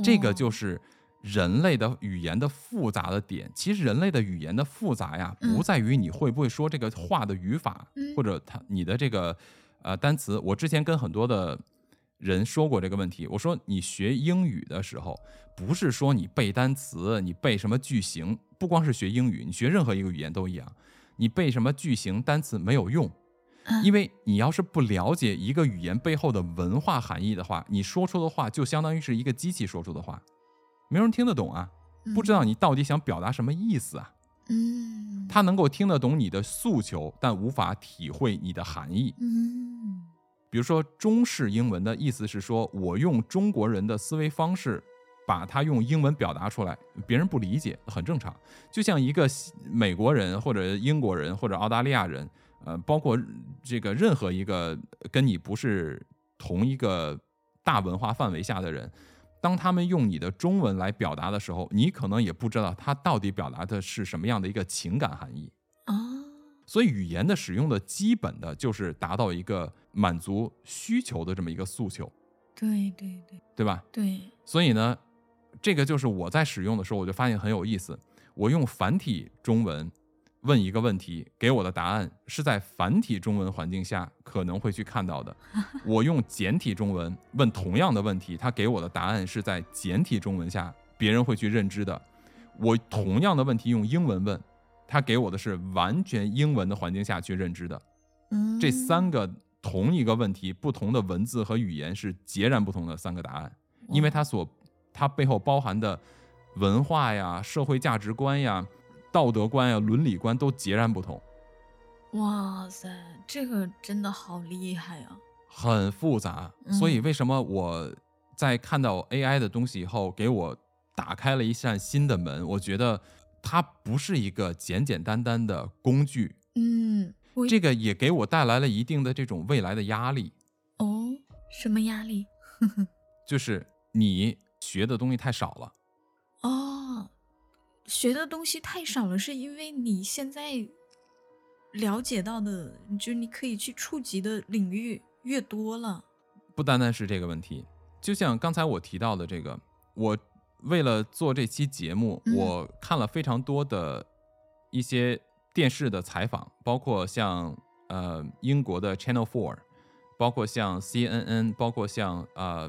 这哦个就是人类的语言的复杂的点。其实人类的语言的复杂呀，嗯不在于你会不会说这个话的语法，嗯或者它你的这个呃单词。我之前跟很多的人说过这个问题，我说你学英语的时候，不是说你背单词，你背什么句型，不光是学英语，你学任何一个语言都一样，你背什么句型单词没有用。嗯因为你要是不了解一个语言背后的文化含义的话，你说出的话就相当于是一个机器说出的话，没有人听得懂啊，嗯不知道你到底想表达什么意思啊。嗯，他能够听得懂你的诉求，但无法体会你的含义。嗯比如说中式英文的意思是说，我用中国人的思维方式把它用英文表达出来，别人不理解很正常。就像一个西美国人或者英国人或者澳大利亚人，呃，包括这个任何一个跟你不是同一个大文化范围下的人。当他们用你的中文来表达的时候，你可能也不知道他到底表达的是什么样的一个情感含义。哦，所以语言的使用的基本的就是达到一个满足需求的这么一个诉求，对对对对吧？对，所以呢，这个就是我在使用的时候，我就发现很有意思。我用繁体中文问一个问题，给我的答案是在繁体中文环境下可能会去看到的。我用简体中文问同样的问题，他给我的答案是在简体中文下别人会去认知的。我同样的问题用英文问，他给我的是完全英文的环境下去认知的。嗯，这三个同一个问题，不同的文字和语言是截然不同的三个答案。因为它所它背后包含的文化呀、社会价值观呀、道德观呀、伦理观都截然不同，哇塞，这个真的好厉害啊！很复杂。嗯所以为什么我在看到 AI 的东西以后，给我打开了一扇新的门？我觉得它不是一个简简单单的工具，嗯，我这个也给我带来了一定的这种未来的压力，哦，什么压力？就是你学的东西太少了。哦，学的东西太少了，是因为你现在了解到的，就是你可以去触及的领域越多了。不单单是这个问题，就像刚才我提到的这个，我为了做这期节目，嗯我看了非常多的一些电视的采访，包括像呃英国的 Channel Four，包括像 CNN，包括像呃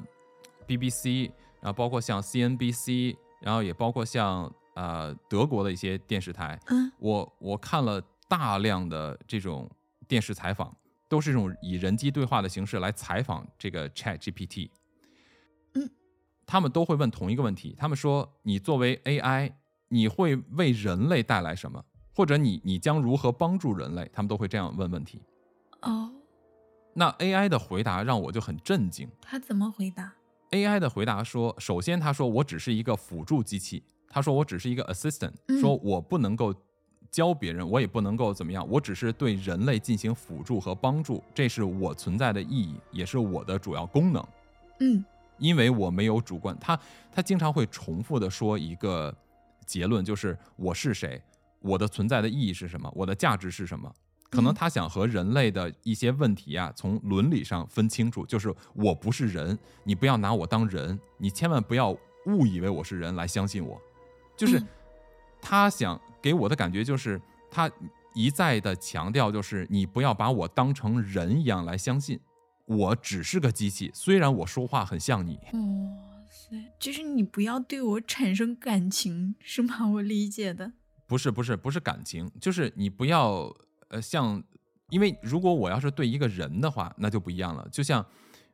BBC，然后包括像 CNBC，然后也包括像呃德国的一些电视台，嗯我我看了大量的这种电视采访，都是这种以人机对话的形式来采访这个 Chat GPT。嗯，他们都会问同一个问题，他们说：“你作为 AI，你会为人类带来什么？或者你你将如何帮助人类？”他们都会这样问问题。哦，那 AI 的回答让我就很震惊。他怎么回答？ AI 的回答说，首先他说我只是一个辅助机器，他说我只是一个 assistant，、嗯说我不能够教别人，我也不能够怎么样，我只是对人类进行辅助和帮助，这是我存在的意义，也是我的主要功能，嗯因为我没有主观。他他经常会重复的说一个结论，就是我是谁，我的存在的意义是什么，我的价值是什么。可能嗯他想和人类的一些问题啊，从伦理上分清楚，就是我不是人，你不要拿我当人，你千万不要误以为我是人来相信我。就是嗯他想给我的感觉就是他一再的强调，就是你不要把我当成人一样来相信，我只是个机器，虽然我说话很像你，哇塞，就是你不要对我产生感情，是吗？我理解的。不是不是不是感情，就是你不要呃像，因为如果我要是对一个人的话，那就不一样了。就像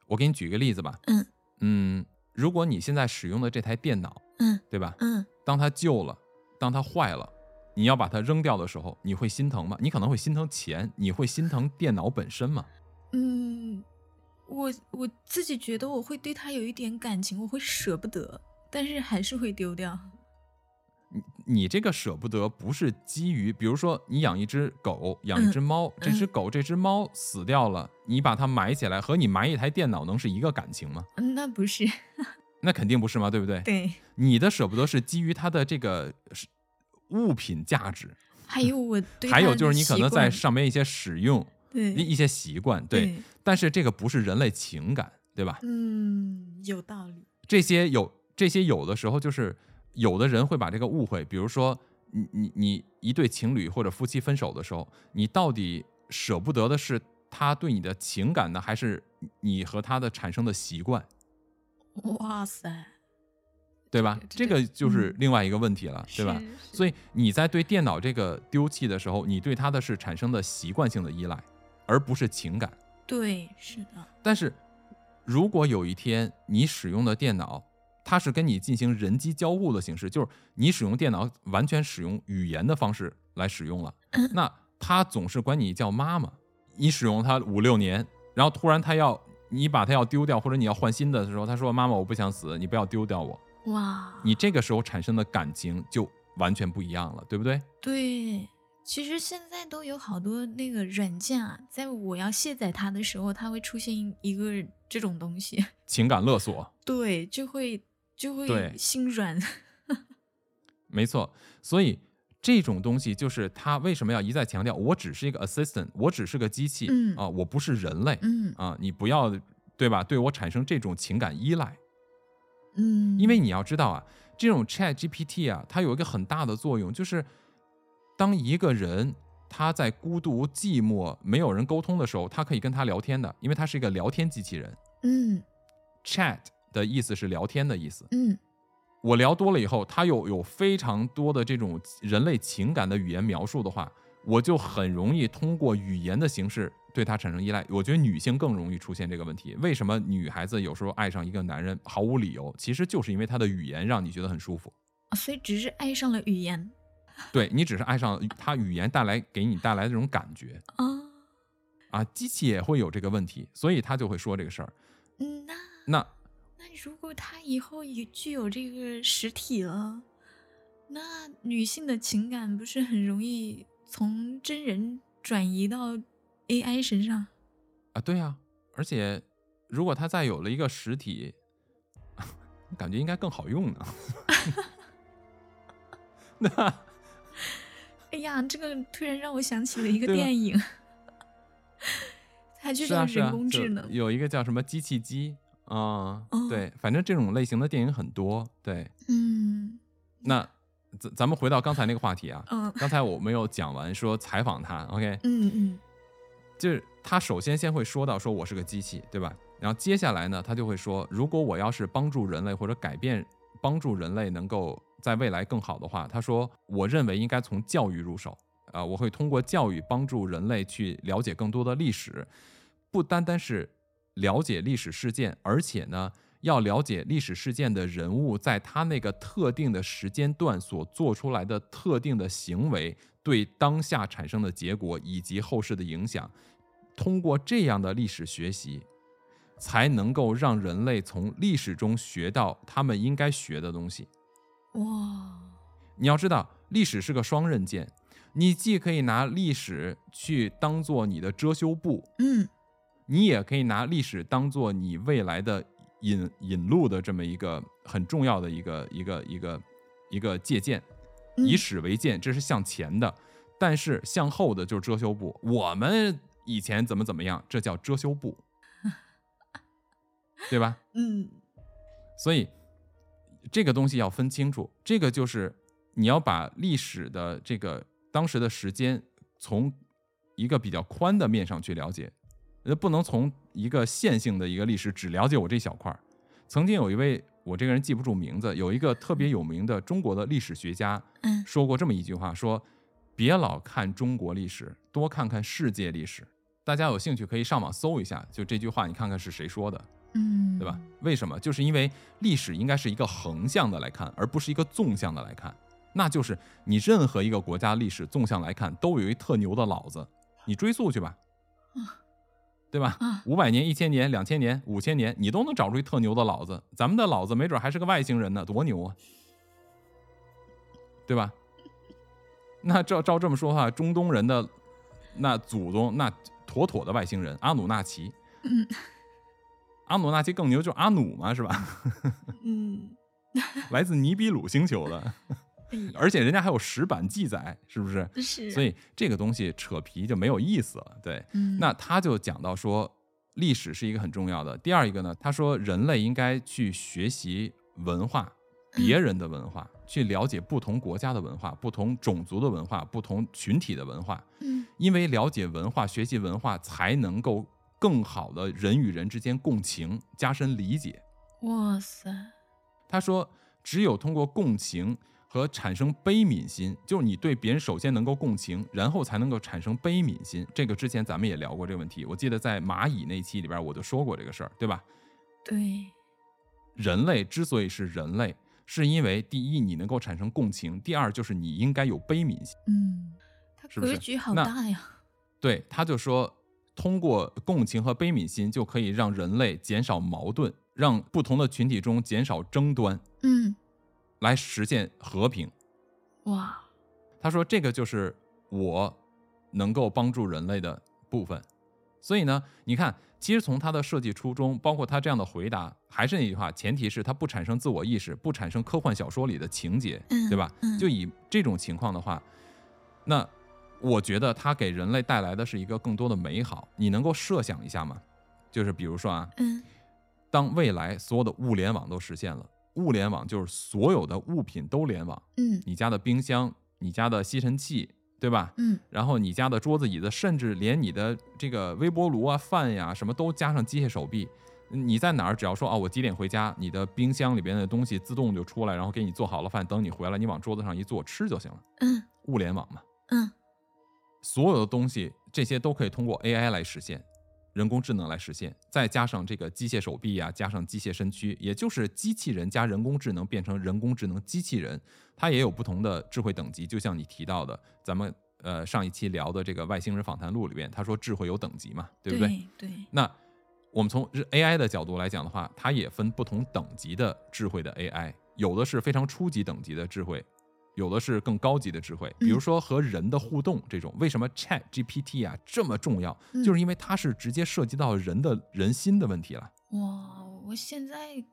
我给你举个例子吧，嗯嗯，如果你现在使用的这台电脑，嗯对吧？嗯，当它旧了，当它坏了，你要把它扔掉的时候，你会心疼吗？你可能会心疼钱，你会心疼电脑本身吗？嗯，我我自己觉得我会对他有一点感情，我会舍不得，但是还是会丢掉。你这个舍不得不是基于，比如说你养一只狗，养嗯一只猫，这只狗、这只猫死掉了，你把它埋起来，和你埋一台电脑能是一个感情吗？嗯那不是， 那肯定不是嘛，对不对？对，你的舍不得是基于它的这个是物品价值，还有我对还他有的就是你可习能在惯上面一些使用、对一一些习惯，对。对，但是这个不是人类情感，对吧？嗯，有道理。这些有这些有的时候就是有的人会把这个误会，比如说你你你一对情侣或者夫妻分手的时候，你到底舍不得的是他对你的情感呢，还是你和他的产生的习惯，哇塞，对吧？这这个个就是嗯另外一个问题了，对吧？所以以你在对电脑这个丢弃的时候，你对它的是产生的习惯性的依赖，而不是情感。对，是的，但是如果有一天你使用的电脑，它是跟你进行人机交互的形式，就是你使用电脑完全使用语言的方式来使用了，那它总是管你叫妈妈，你使用它五六年，然后突然它要你把它要丢掉，或者你要换新的时候，它说妈妈我不想死，你不要丢掉我，哇，你这个时候产生的感情就完全不一样了，对不对？对，其实现在都有好多那个软件啊，在我要卸载它的时候，它会出现一个这种东西， 情感勒索，对，就会就对会心软。没错，所以这种东西就是他为什么要一再强调，我只是一个 assistant，我只是个机器，嗯啊，我不是人类， 嗯啊，你不要对吧？对我产生这种情感依赖，嗯，因为你要知道啊，这种 Chat GPT 啊，它有一个很大的作用，就是当一个人他在孤独、寂寞、没有人沟通的时候，他可以跟他聊天的，因为它是一个聊天机器人。嗯 Chat 的意思是聊天的意思，嗯我聊多了以后，它有有非常多的这种人类情感的语言描述的话，我就很容易通过语言的形式对它产生依赖。我觉得女性更容易出现这个问题。为什么女孩子有时候爱上一个男人毫无理由？其实就是因为他的语言让你觉得很舒服。啊所以只是爱上了语言对你只是爱上他语言带来给你带来的这种感觉啊，啊，机器也会有这个问题，所以他就会说这个事儿。嗯那那那如果他以后也具有这个实体了，那女性的情感不是很容易从真人转移到 AI 身上？啊，对啊，而且如果它再有了一个实体， 感觉应该更好用呢。 那哎呀，这个突然让我想起了一个对吧电影， 它就是叫啊是人啊工，就智能。有一个叫什么机器机啊、哦对，反正这种类型的电影很多。对，嗯那咱咱们回到刚才那个话题啊，嗯刚才我没有讲完，说采访他，OK，嗯嗯就是他首先先会说到说我是个机器，对吧？然后接下来呢，他就会说，如果我要是帮助人类或者改变帮助人类能够在未来更好的话，他说我认为应该从教育入手啊、我会通过教育帮助人类去了解更多的历史，不单单是了解历史事件，而且呢。要了解历史事件的人物在他那个特定的时间段所做出来的特定的行为，对当下产生的结果以及后世的影响，通过这样的历史学习，才能够让人类从历史中学到他们应该学的东西。嗯哇，你要知道，历史是个双刃剑，你既可以拿历史去当做你的遮羞布，嗯你也可以拿历史当做你未来的引引路的这么一个很重要的一个一个一个一个借鉴，嗯以史为鉴，这是向前的，但是向后的就是遮羞布。我们以前怎么怎么样，这叫遮羞布，对吧？嗯所以这个东西要分清楚，这个就是你要把历史的这个当时的时间从一个比较宽的面上去了解，呃，不能从一个线性的一个历史只了解我这小块儿。曾经有一位我这个人记不住名字，有一个特别有名的中国的历史学家嗯说过这么一句话，说别老看中国历史，多看看世界历史。大家有兴趣可以上网搜一下，就这句话，你看看是谁说的。嗯，对吧？？为什么？就是因为历史应该是一个横向的来看，而不是一个纵向的来看。那就是你任何一个国家历史纵向来看，都有一特牛的老子，你追溯去吧，对吧啊？五百年、一千年、两千年、五千年，你都能找出一特牛的老子。咱们的老子没准还是个外星人呢，多牛啊，对吧？那照照这么说的话，中东人的那祖宗那妥妥的外星人，阿努纳奇。嗯阿努纳奇更牛，就是阿努嘛，是吧？ 嗯，来自尼比鲁星球的， 哎呀而且人家还有石板记载，是不是？是，所以这个东西扯皮就没有意思了。对，嗯那他就讲到说，历史是一个很重要的。第二一个呢，他说人类应该去学习文化，别人的文化，去了解不同国家的文化、不同种族的文化、不同群体的文化，嗯因为了解文化、学习文化，才能够更好的人与人之间共情，加深理解。哇塞，他说，只有通过共情和产生悲悯心，就是你对别人首先能够共情，然后才能够产生悲悯心。这个之前咱们也聊过这个问题，我记得在蚂蚁那期里边我就说过这个事儿，对吧？对，人类之所以是人类，是因为第一你能够产生共情，第二就是你应该有悲悯心。嗯，他是不格是局好那大呀，对，他就说，通过共情和悲悯心，就可以让人类减少矛盾，让不同的群体中减少争端，嗯，来实现和平。哇，他说这个就是我能够帮助人类的部分，所以呢，你看，其实从它的设计初衷，包括它这样的回答，还是那句话，前提是它不产生自我意识，不产生科幻小说里的情节，嗯对吧？嗯就以这种情况的话，那我觉得它给人类带来的是一个更多的美好。你能够设想一下吗？就是比如说啊，嗯当未来所有的物联网都实现了，物联网就是所有的物品都联网，嗯你家的冰箱、你家的吸尘器，对吧？嗯然后你家的桌子、椅子，甚至连你的这个微波炉啊、饭呀、什么都加上机械手臂。你在哪儿，只要说啊，我几点回家，你的冰箱里边的东西自动就出来，然后给你做好了饭，等你回来，你往桌子上一坐吃就行了。嗯物联网嘛，嗯所有的东西这些都可以通过 AI 来实现，人工智能来实现，再加上这个机械手臂啊，加上机械身躯，也就是机器人加人工智能变成人工智能机器人，它也有不同的智慧等级。就像你提到的，咱们呃上一期聊的这个外星人访谈录里边，他说智慧有等级嘛，对不对？对对那我们从日 AI 的角度来讲的话，它也分不同等级的智慧的 AI，有的是非常初级等级的智慧，有的是更高级的智慧。比嗯如说和人的互动这种，为什么 Chat GPT 啊这么重要？嗯就是因为它是直接涉及到人的人心的问题了。哇！我现在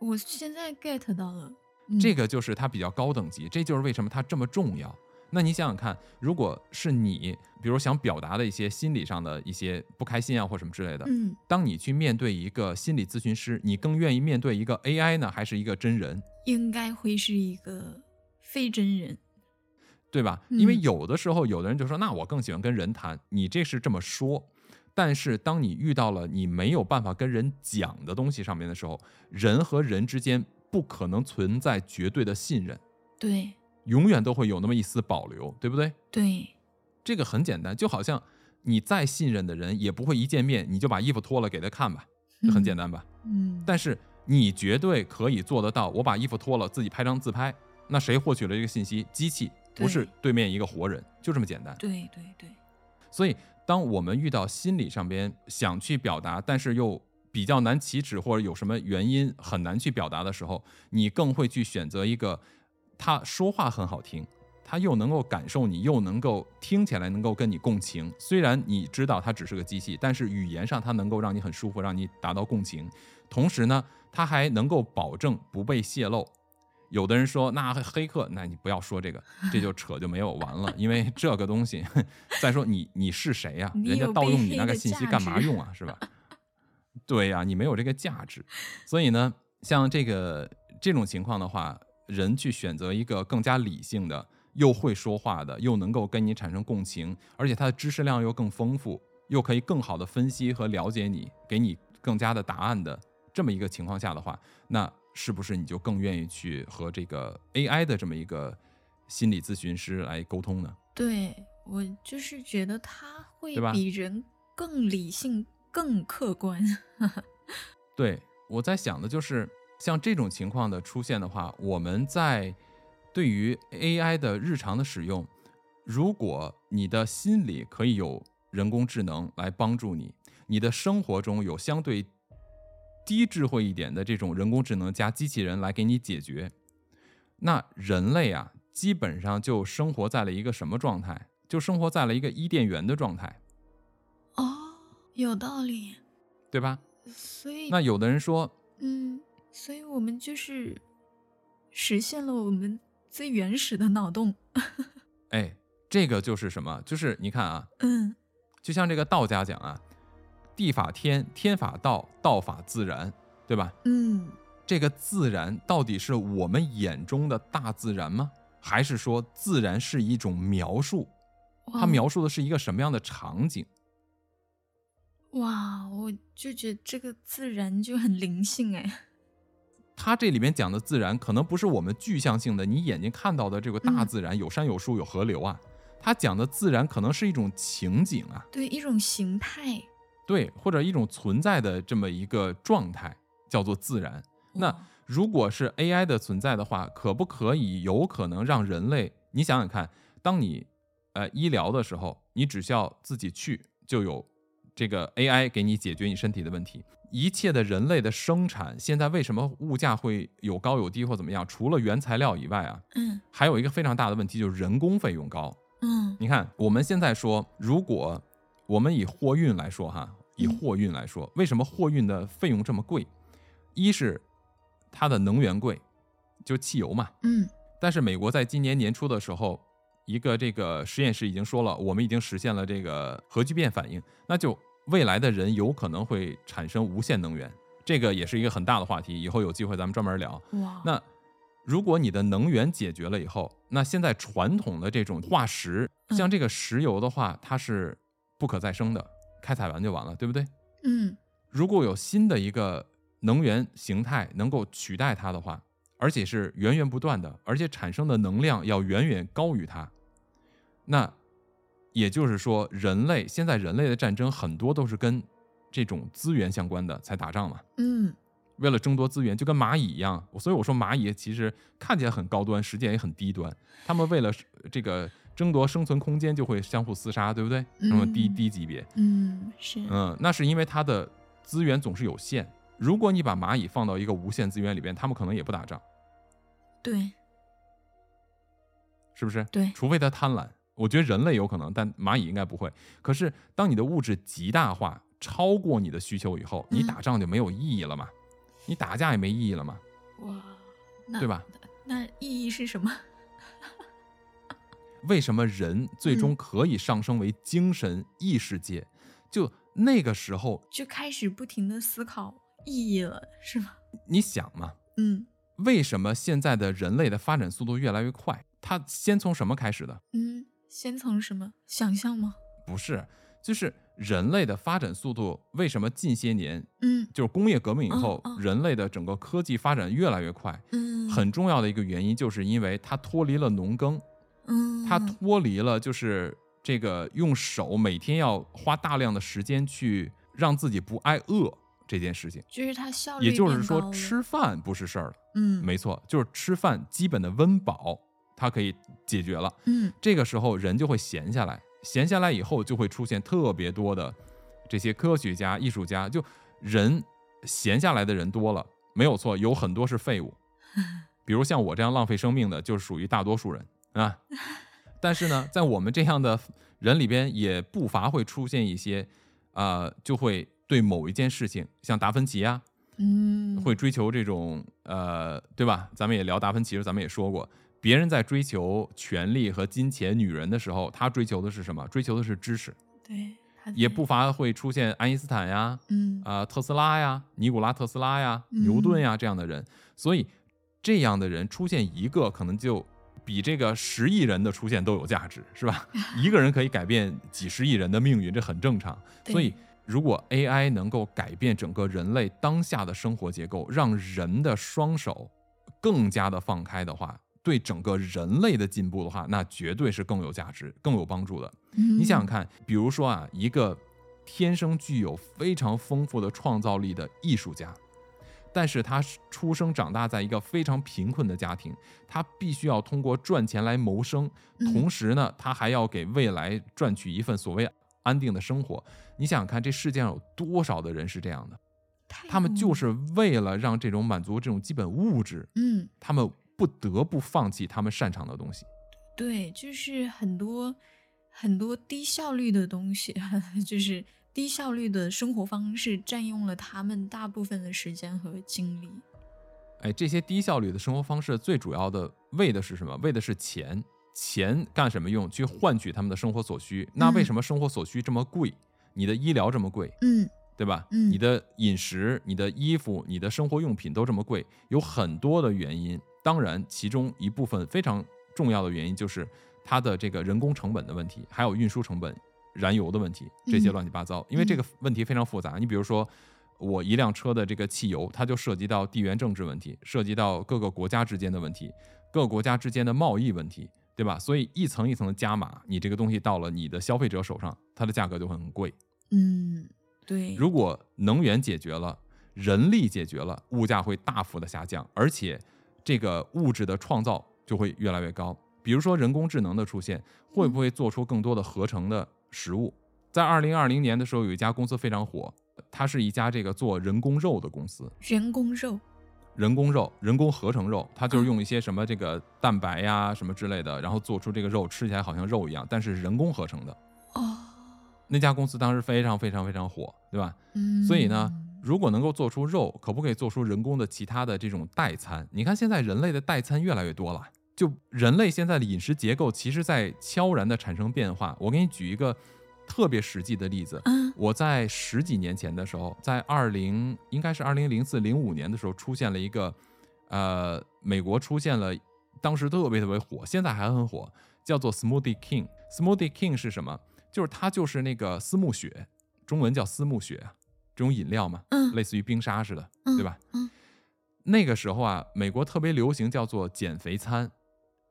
我现在 get 到了，这个就是它比较高等级，这就是为什么它这么重要。那你想想看，如果是你，比如想表达的一些心理上的一些不开心啊或什么之类的，嗯当你去面对一个心理咨询师，你更愿意面对一个 AI 呢，还是一个真人，应该会是一个非真人，对吧？嗯因为有的时候，有的人就说，那我更喜欢跟人谈。你这是这么说，但是当你遇到了你没有办法跟人讲的东西上面的时候，人和人之间不可能存在绝对的信任，对永远都会有那么一丝保留，对不对？对，这个很简单，就好像你再信任的人，也不会一见面你就把衣服脱了给他看吧，这很简单吧？嗯，嗯，但是你绝对可以做得到。我把衣服脱了，自己拍张自拍，那谁获取了这个信息？机器，对不是对面一个活人，就这么简单。对对对，所以，当我们遇到心理上边想去表达，但是又比较难启齿，或者有什么原因很难去表达的时候，你更会去选择一个他说话很好听。他又能够感受你，又能够听起来能够跟你共情。虽然你知道他只是个机器，但是语言上它能够让你很舒服，让你达到共情。同时呢，它还能够保证不被泄露。有的人说，那黑客，那你不要说这 个，这就扯就没有完了，因为这个东西， 再说你你是谁呀、你人家有盗被用你黑那个的信息价干嘛值用啊？是吧？对呀、你没有这个价值。所以呢，像这个这种情况的话，人去选择一个更加理性的，又会说话的，又能够跟你产生共情，而且他的知识量又更丰富，又可以更好的分析和了解你，给你更加的答案的这么一个情况下的话，那是不是你就更愿意去和这个 AI 的这么一个心理咨询师来沟通呢？对我就是觉得他会对吧比人更理性、更客 观。对，我在想的就是，像这种情况的出现的话，我们在对于 AI 的日常的使用，如果你的心里可以有人工智能来帮助你，你的生活中有相对低智慧一点的这种人工智能加机器人来给你解决，那人类啊，基本上就生活在了一个什么状态？就生活在了一个伊甸园的状态，哦，有道理。对吧？所以，那有的人说，嗯，所以我们就是实现了我们最原始的脑洞。哎，这个就是什么？就是你看啊，嗯就像这个道家讲啊，地法天，天法道，道法自然，对吧？嗯这个自然到底是我们眼中的大自然吗？还是说自然是一种描述？哇，它描述的是一个什么样的场景？哇，我就觉得这个自然就很灵性哎。它这里面讲的自然，可能不是我们具象性的，你眼睛看到的这个大嗯自然，有山有树有河流啊。它讲的自然可能是一种情景啊，对，一种形态。对，或者一种存在的这么一个状态，叫做自然。那哇如果是 AI 的存在的话，可不可以有可能让人类？你想想看，当你呃医疗的时候，你只需要自己去，就有这个 AI 给你解决你身体的问题。一切的人类的生产，现在为什么物价会有高有低或怎么样？除了原材料以外啊，嗯还有一个非常大的问题就是人工费用高。嗯你看，我们现在说，如果我们以货运来说哈，以嗯货运来说，为什么货运的费用这么贵？一是它的能源贵，就汽油嘛。嗯但是美国在今年年初的时候，一个这个实验室已经说了，我们已经实现了这个核聚变反应，那就未来的人有可能会产生无限能源，这个也是一个很大的话题，以后有机会咱们专门聊。哇，那如果你的能源解决了以后，那现在传统的这种化石，嗯像这个石油的话，它是不可再生的，开采完就完了，对不对？嗯如果有新的一个能源形态能够取代它的话，而且是源源不断的，而且产生的能量要远远高于它，那也就是说，人类现在人类的战争很多都是跟这种资源相关的才打仗嘛。嗯为了争夺资源，就跟蚂蚁一样。所以我说蚂蚁其实看起来很高端，实际上也很低端。他们为了呃这个争夺生存空间，就会相互厮杀，对不对？那么低嗯低级别，嗯是嗯，那是因为它的资源总是有限。如果你把蚂蚁放到一个无限资源里边，他们可能也不打仗，对是不是？对除非它贪婪，我觉得人类有可能，但蚂蚁应该不会。可是当你的物质极大化，超过你的需求以后，你嗯打仗就没有意义了嘛？你打架也没意义了嘛？哇，那对吧？那意义是什么？ 为什么人最嗯终可以上升为精神意识界？就那个时候，就开始不停的思考意义了，是吗？你想嘛，嗯为什么现在的人类的发展速度越来越快？它先从什么开始的？嗯，先从什么想象吗？不是，就是人类的发展速度为什么近些年嗯就是工业革命以嗯后，嗯人类的整个科技发展越来越快？嗯，很重要的一个原因，就是因为它脱离了农耕，嗯，它脱离了就是这个用手每天要花大量的时间去让自己不挨饿这件事情。就是它效率也就是变高说，了吃饭不是事儿了，嗯没错，就是吃饭基本的温饱它可以解决了。嗯这个时候人就会闲下来，闲下来以后就会出现特别多的这些科学家、艺术家，就人闲下来的人多了，没有错，有很多是废 物，比如像我这样浪费生命的，就属于大多数人 啊。但是呢，在我们这样的人里边，也不乏会出现一些，呃，就会对某一件事情，像达芬奇啊，嗯会追求这种呃，对吧？咱们也聊达芬奇时，咱们也说过，别人在追求权力和金钱、女人的时候，他追求的是什么？追求的是知识，对，它也在不乏会出现爱因斯坦呀、嗯啊、特斯拉呀、尼古拉特斯拉呀、牛顿呀这样的人。所以，这样的人出现一个，可能就比这个十亿人的出现都有价值，是吧？一个人可以改变几十亿人的命运，这很正常。对所以，如果 AI 能够改变整个人类当下的生活结构，让人的双手更加的放开的话，对整个人类的进步的话，那绝对是更有价值、更有帮助的。嗯你想想看，比如说啊，一个天生具有非常丰富的创造力的艺术家，但是他是出生长大在一个非常贫困的家庭，他必须要通过赚钱来谋生，嗯同时呢，他还要给未来赚取一份所谓安定的生活。你想想看，这世界上有多少的人是这样的？太他们多就了是为了让这种满足这种基本物质，嗯他们不得不放弃他们擅长的东西。对，就是很多很多低效率的东西， 就是低效率的生活方式占用了他们大部分的时间和精力。哎，这些低效率的生活方式最主要的为的是什么？为的是钱，钱干什么用？去换取他们的生活所需。那为嗯什么生活所需这么贵？你的医疗这么贵，嗯对吧？嗯你的饮食、你的衣服、你的生活用品都这么贵，有很多的原因。当然，其中一部分非常重要的原因就是它的这个人工成本的问题，还有运输成本、燃油的问题，这些嗯乱七八糟。因为这个问题非常复杂。你比如说，我一辆车的这个汽油，它就涉及到地缘政治问题，涉及到各个国家之间的问题，各个国家之间的贸易问题，对吧？所以一层一层的加码，你这个东西到了你的消费者手上，它的价格就会很贵。嗯，对，如果能源解决了，人力解决了，物价会大幅的下降，而且这个物质的创造就会越来越高。比如说人工智能的出现，会不会做出更多的合成的食物？在二零二零年的时候，有一家公司非常火，它是一家这个做人工肉的公司，人工肉，人工肉、人工合成肉，它就是嗯用一些什么这个蛋白呀、什么之类的，然后做出这个肉吃起来好像肉一样，但是人工合成的。哦，那家公司当时非常非常非常火，对吧？嗯，所以呢，如果能够做出肉，可不可以做出人工的其他的这种代餐？你看现在人类的代餐越来越多了，就人类现在的饮食结构其实在悄然的产生变化。我给你举一个特别实际的例子，啊，我在十几年前的时候，在二零应该是二零零四零五年的时候，出现了一个，呃，美国出现了，当时特别特别火，现在还很火，叫做 Smoothie King。Smoothie King 是什么？就是它就是那个思慕雪，中文叫思慕雪啊，这种饮料嘛，嗯类似于冰沙似的，嗯对吧？嗯那个时候啊，美国特别流行叫做减肥餐，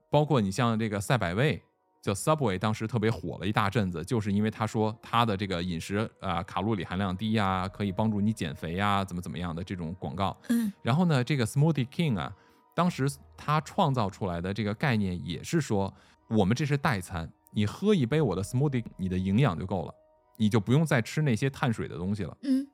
包括你像这个赛百味，叫 Subway，当时特别火了一大阵子，就是因为他说他的这个饮食啊、呃卡路里含量低啊，可以帮助你减肥啊，怎么怎么样的这种广告。嗯然后呢，这个 Smoothie King 啊，当时他创造出来的这个概念也是说，我们这是代餐，你喝一杯我的 Smoothie，你的营养就够了，你就不用再吃那些碳水的东西了，嗯，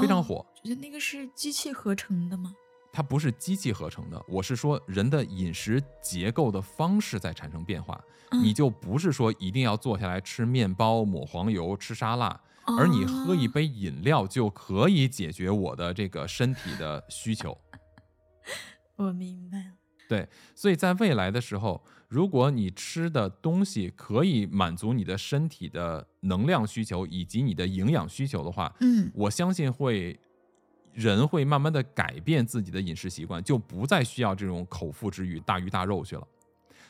非常哦。火。觉得那个是机器合成的吗？它不是机器合成的，我是说人的饮食结构的方式在产生变化，嗯你就不是说一定要坐下来吃面包、抹黄油、吃沙拉，而你喝一哦杯饮料就可以解决我的这个身体的需求。哦我明白了。所以在未来的时候，如果你吃的东西可以满足你的身体的能量需求以及你的营养需求的话，嗯我相信会人会慢慢的改变自己的饮食习惯，就不再需要这种口腹之欲、大鱼大肉去了。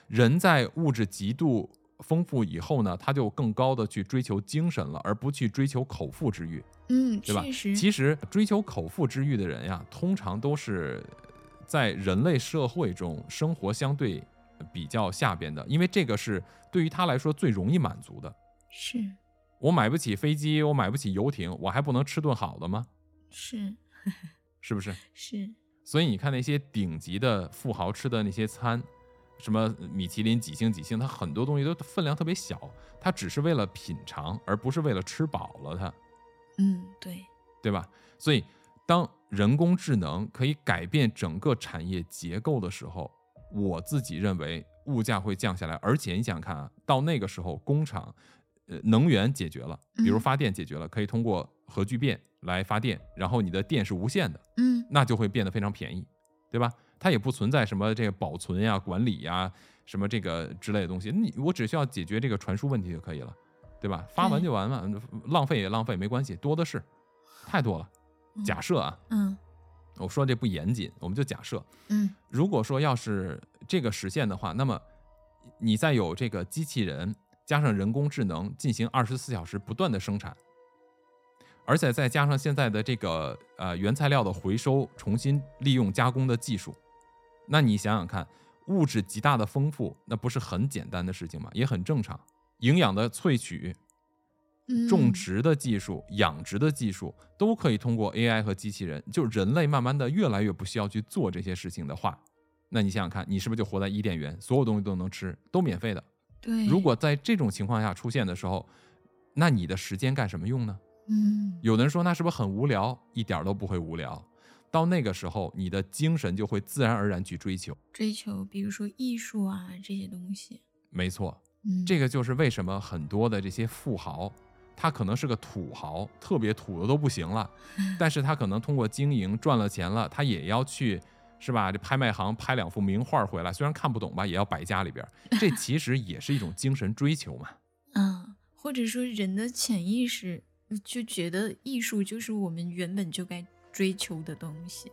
人在物质极度丰富以后呢，他就更高的去追求精神了，而不去追求口腹之欲。嗯，对吧确实，其实追求口腹之欲的人呀，通常都是在人类社会中生活相对比较下边的，因为这个是对于他来说最容易满足的。是我买不起飞机，我买不起游艇，我还不能吃顿好的吗？是是不是？是，所以你看那些顶级的富豪吃的那些餐，什么米其林几星几星，它很多东西都分量特别小，它只是为了品尝，而不是为了吃饱了它。嗯，对，对吧？所以，当人工智能可以改变整个产业结构的时候，我自己认为物价会降下来。而且你想看啊，到那个时候，工厂，呃，能源解决了，比如嗯发电解决了，可以通过核聚变来发电，然后你的电是无限的，嗯那就会变得非常便宜，对吧？它也不存在什么这个保存呀、管理呀、什么这个之类的东西，你我只需要解决这个传输问题就可以了，对吧？发完对就完了，浪费也浪费没关系，多的是，太多了。嗯假设啊，嗯我说这不严谨，我们就假设，嗯如果说要是这个实现的话，那么你再有这个机器人加上人工智能进行二十四小时不断的生产，而且再加上现在的这个呃原材料的回收、重新利用加工的技术，那你想想看，物质极大的丰富，那不是很简单的事情吗？也很正常。营养的萃取、嗯，种植的技术、养殖的技术都可以通过 AI 和机器人，就人类慢慢的越来越不需要去做这些事情的话，那你想想看，你是不是就活在伊甸园，所有东西都能吃，都免费的？对，如果在这种情况下出现的时候，那你的时间干什么用呢？嗯有的人说那是不是很无聊？一点儿都不会无聊。到那个时候，你的精神就会自然而然去追求。追求，比如说艺术啊这些东西，没错，嗯，这个就是为什么很多的这些富豪，他可能是个土豪，特别土的都不行 了，但是他可能通过经营赚了钱了，他也要去，是吧？这拍卖行拍两幅名画回来，虽然看不懂吧，也要摆家里边儿。 这其实也是一种精神追求嘛。嗯，或者说人的潜意识嗯就觉得艺术就是我们原本就该追求的东西，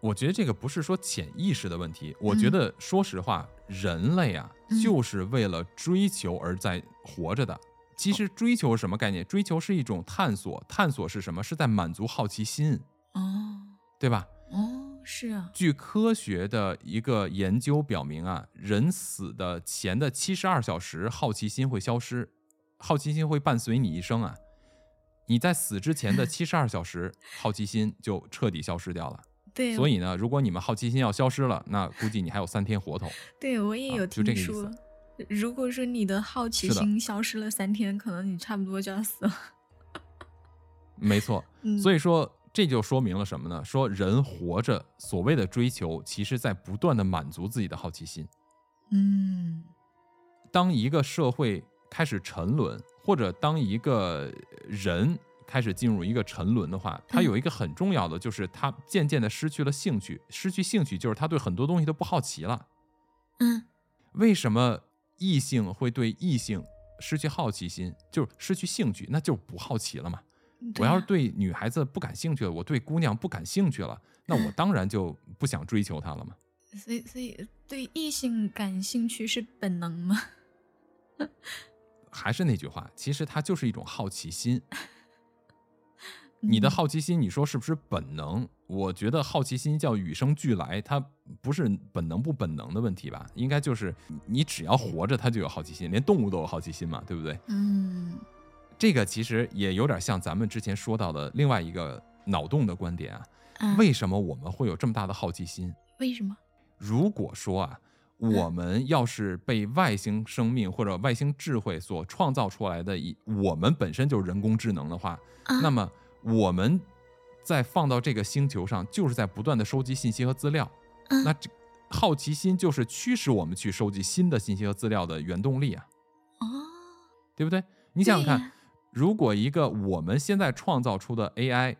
我觉得这个不是说潜意识的问题，我觉嗯得说实话，人类啊，嗯就是为了追求而在活着的。其实追求是什么概念？追求是一种探索，探索是什么？是在满足好奇心，哦对吧？哦，是啊，据科学的一个研究表明啊，人死的前的七十二小时，好奇心会消失，好奇心会伴随你一生啊。你在死之前的七十二小时，好奇心就彻底消失掉了。对，哦所以呢，如果你们好奇心要消失了，那估计你还有三天 活头。对我也啊有就这听个意思说。如果说你的好奇是的心消失了三天，可能你差不多就要 死了。没错，嗯，所以以说这就说明了什么呢？说人活着所谓的追求，其实在不断的满足自己的好奇心。嗯当一个社会开始沉沦，或者当一个人开始进入一个沉沦的话，他有一个很重要的就是他渐渐的失去了兴趣，失去兴趣就是他对很多东西都不好奇了。嗯，为什么异性会对异性失去好奇心，就是失去兴趣，那就是不好奇了嘛？我对要啊是对女孩子不感兴趣了，我对姑娘不感兴趣了，那我当然就不想追求她了嘛。所以所以对异性感兴趣是本能吗？还是那句话，其实它就是一种好奇心。你的嗯好奇心，你说是不是本能？我觉得好奇心叫与生俱来，它不是本能不本能的问题吧？应该就是你你只要活着，它就有好奇心，连动物都有好奇心嘛，对不对？嗯这个其实也有点像咱们之前说到的另外一个脑洞的观点啊，啊为什么我们会有这么大的好奇心？为什么？如果说啊，我们要是被外星生命或者外星智慧所创造出来的一，我们本身就是人工智能的话，啊那么我们在放到这个星球上，就是在不断的收集信息和资料。嗯那这好奇心就是驱使我们去收集新的信息和资料的原动力啊，哦，对不对？你想想对看呀，如果一个我们现在创造出的 AI，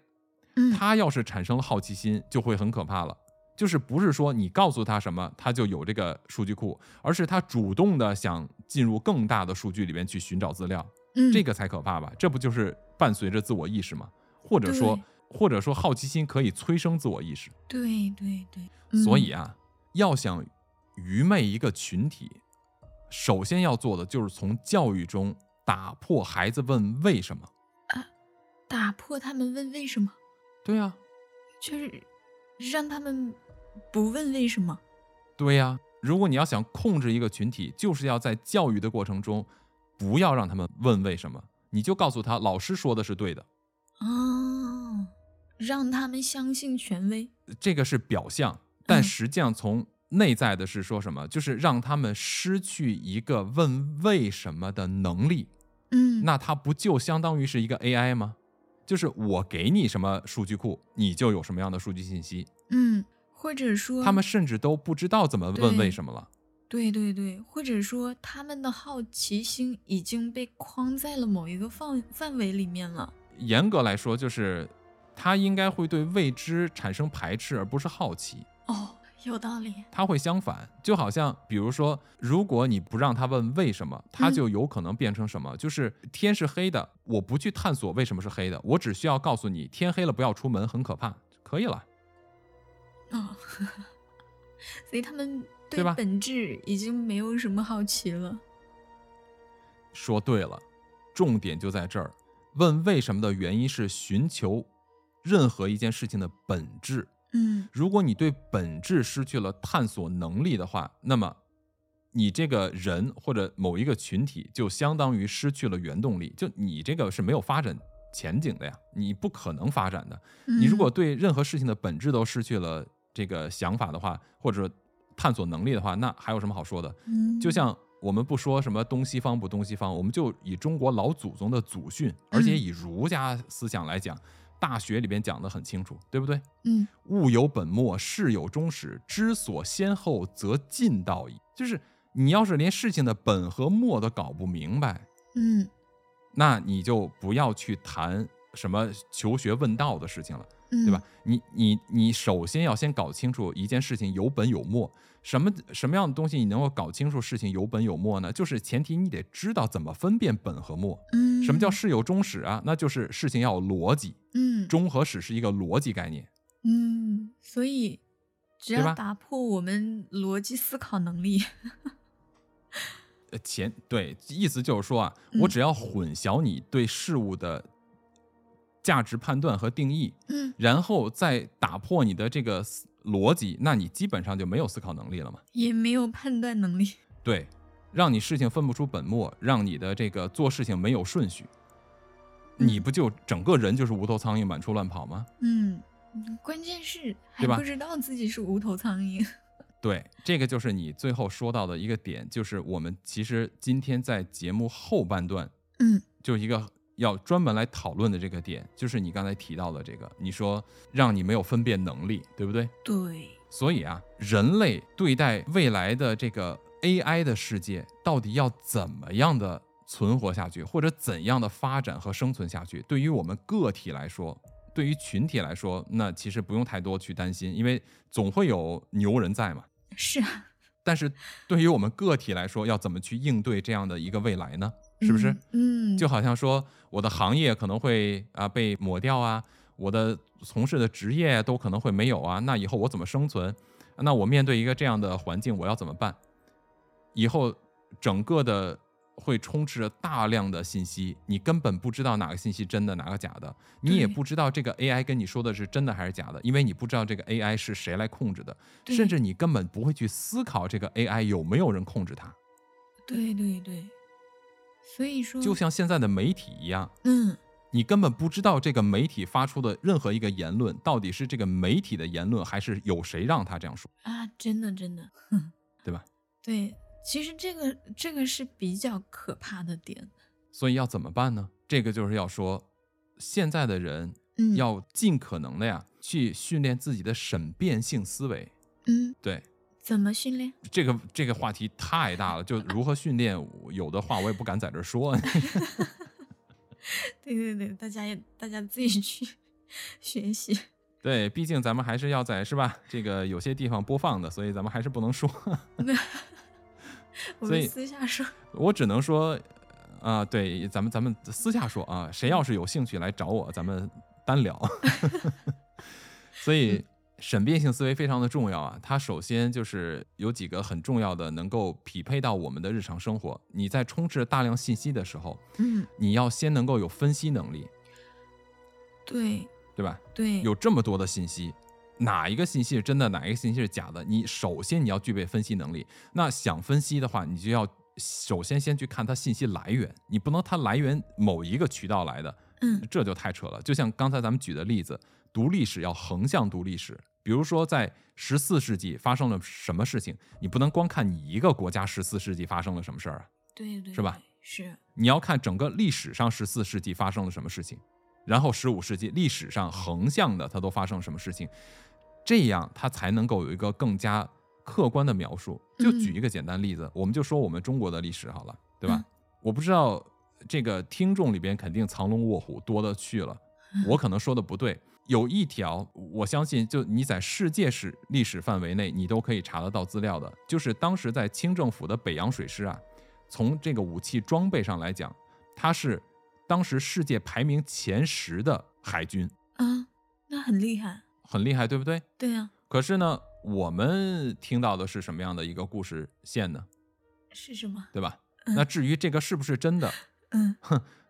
嗯，他要是产生了好奇心，就会很可怕了。就是不是说你告诉他什么，他就有这个数据库，而是他主动的想进入更大的数据里面去寻找资料，嗯这个才可怕吧？这不就是伴随着自我意识吗？或者说对，或者说好奇心可以催生自我意识。对对对，所嗯以啊，要想愚昧一个群体，首先要做的就是从教育中打破孩子问为什么。打破他们问为什么，对啊，就是让他们不问为什么。对呀、如果你要想控制一个群体，就是要在教育的过程中，不要让他们问为什么，你就告诉他老师说的是对的，哦，让他们相信权威。这个是表象，但嗯实际上从内在的是说什么，就是让他们失去一个问为什么的能力，嗯，那它不就相当于是一个 AI 吗？就是我给你什么数据库，你就有什么样的数据信息。嗯，或者说他们甚至都不知道怎么问对为什么了。对对对，或者说他们的好奇心已经被框在了某一个范范围里面了。严格来说，就是他应该会对未知产生排斥，而不是好奇。哦，有道理。他会相反，就好像比如说，如果你不让他问为什么，他嗯就有可能变成什么？就是天是黑的，我不去探索为什么是黑的，我只需要告诉你天黑了不要出门，很可怕，可以了。哦， 所以他们对吧本质已经没有什么好奇了。说对了，重点就在这儿。问为什么的原因是寻求任何一件事情的本质。嗯如果你对本质失去了探索能力的话，那么你这个人或者某一个群体就相当于失去了原动力，就你这个是没有发展前景的呀，你不可能发展的。嗯你如果对任何事情的本质都失去了这个想法的话，或者探索能力的话，那还有什么好说的？嗯，就像我们不说什么东西方不东西方，我们就以中国老祖宗的祖训，而且嗯以儒家思想来讲，《大学》里边讲的很清楚，对不对？嗯物有本末，事有终始，知所先后，则近道矣。就是你要是连事情的本和末都搞不明白，嗯那你就不要去谈什么求学问道的事情了。嗯，对吧？？你你你首先要先搞清楚一件事情有本有末，什么什么样的东西你能够搞清楚事情有本有末呢？就是前提你得知道怎么分辨本和末。嗯，什么叫事有终始啊？那就是事情要有逻辑，嗯终和始是一个逻辑概念。嗯，所以只对吧要打破我们逻辑思考能力，呃，前对意思就是说啊，嗯我只要混淆你对事物的价值判断和定义，嗯，然后再打破你的这个思逻辑，那你基本上就没有思考能力了嘛。也没有判断能力。对，让你事情分不出本末，让你的这个做事情没有顺序，你嗯不就整个人就是无头苍蝇满处乱跑吗？嗯，嗯关键是还对吧不知道自己是无头苍蝇。对，这个就是你最后说到的一个点，就是我们其实今天在节目后半段嗯就一个要专门来讨论的这个点，就是你刚才提到的这个，你说让你没有分辨能力，对不对？对，所以啊，人类对待未来的这个 AI 的世界，到底要怎么样的存活下去，或者怎样的发展和生存下去，对于我们个体来说，对于群体来说，那其实不用太多去担心，因为总会有牛人在嘛。是啊，但是对于我们个体来说，要怎么去应对这样的一个未来呢？ 是不是？嗯？嗯，就好像说我的行业可能会啊被抹掉啊，我的从事的职业都可能会没有啊，那以后我怎么生存？那我面对一个这样的环境，我要怎么办？以后整个的会充斥着大量的信息，你根本不知道哪个信息真的，哪个假的，你也对不知道这个 AI 跟你说的是真的还是假的，因为你不知道这个 AI 是谁来控制的，对甚至你根本不会去思考这个 AI 有没有人控制它，对对对，所以说，就像现在的媒体一样。嗯，你根本不知道这个媒体发出的任何一个言论到底是这个媒体的言论，还是有谁让他这样说，啊，真的真的，对吧？ 对，其实这个这个是比较可怕的点，所以要怎么办呢？这个就是要说，现在的人嗯，要尽可能的呀，去训练自己的审辩性思维。嗯，对怎么训练？ 这个这个话题太大了，就如何训练，我有的话我也不敢在这儿说。 对对对，大家也大家自己去 学习，对，毕竟咱们还是要在是吧？这个有些地方播放的，所以咱们还是不能说。我所以们私下说，我只能说，啊、对，咱们咱们私下说啊，谁要是有兴趣来找我，咱们单聊。 所以审辩性思维非常的重要啊，它首先就是有几个很重要的能够匹配到我们的日常生活。你在充斥大量信息的时候，嗯，你要先能够有分析能力， 对对吧？对，有这么多的信息，哪一个信息是真的，哪一个信息是假的？你首先你要具备分析能力。那想分析的话，你就要首先先去看它信息来源，你不能它来源某一个渠道来的，嗯这就太扯了。就像刚才咱们举的例子，读历史要横向读历史。比如说，在十四世纪发生了什么事情，你不能光看你一个国家十四世纪发生了什么事儿啊，对对是吧？对是，你要看整个历史上十四世纪发生了什么事情，然后十五世纪历史上横向的它都发生了什么事情，这样它才能够有一个更加客观的描述。就举一个简单例子，我们就说我们中国的历史好了，对吧？嗯我不知道这个听众里边肯定藏龙卧虎多的去了，我可能说的不对。有一条，我相信就你在世界史历史范围内，你都可以查得到资料的，就是当时在清政府的北洋水师啊，从这个武器装备上来讲，它是当时世界排名前十的海军，啊，那很厉害，很厉害，对不对？对啊，可是呢，我们听到的是什么样的一个故事线呢？是什么？对吧？嗯那至于这个是不是真的，嗯，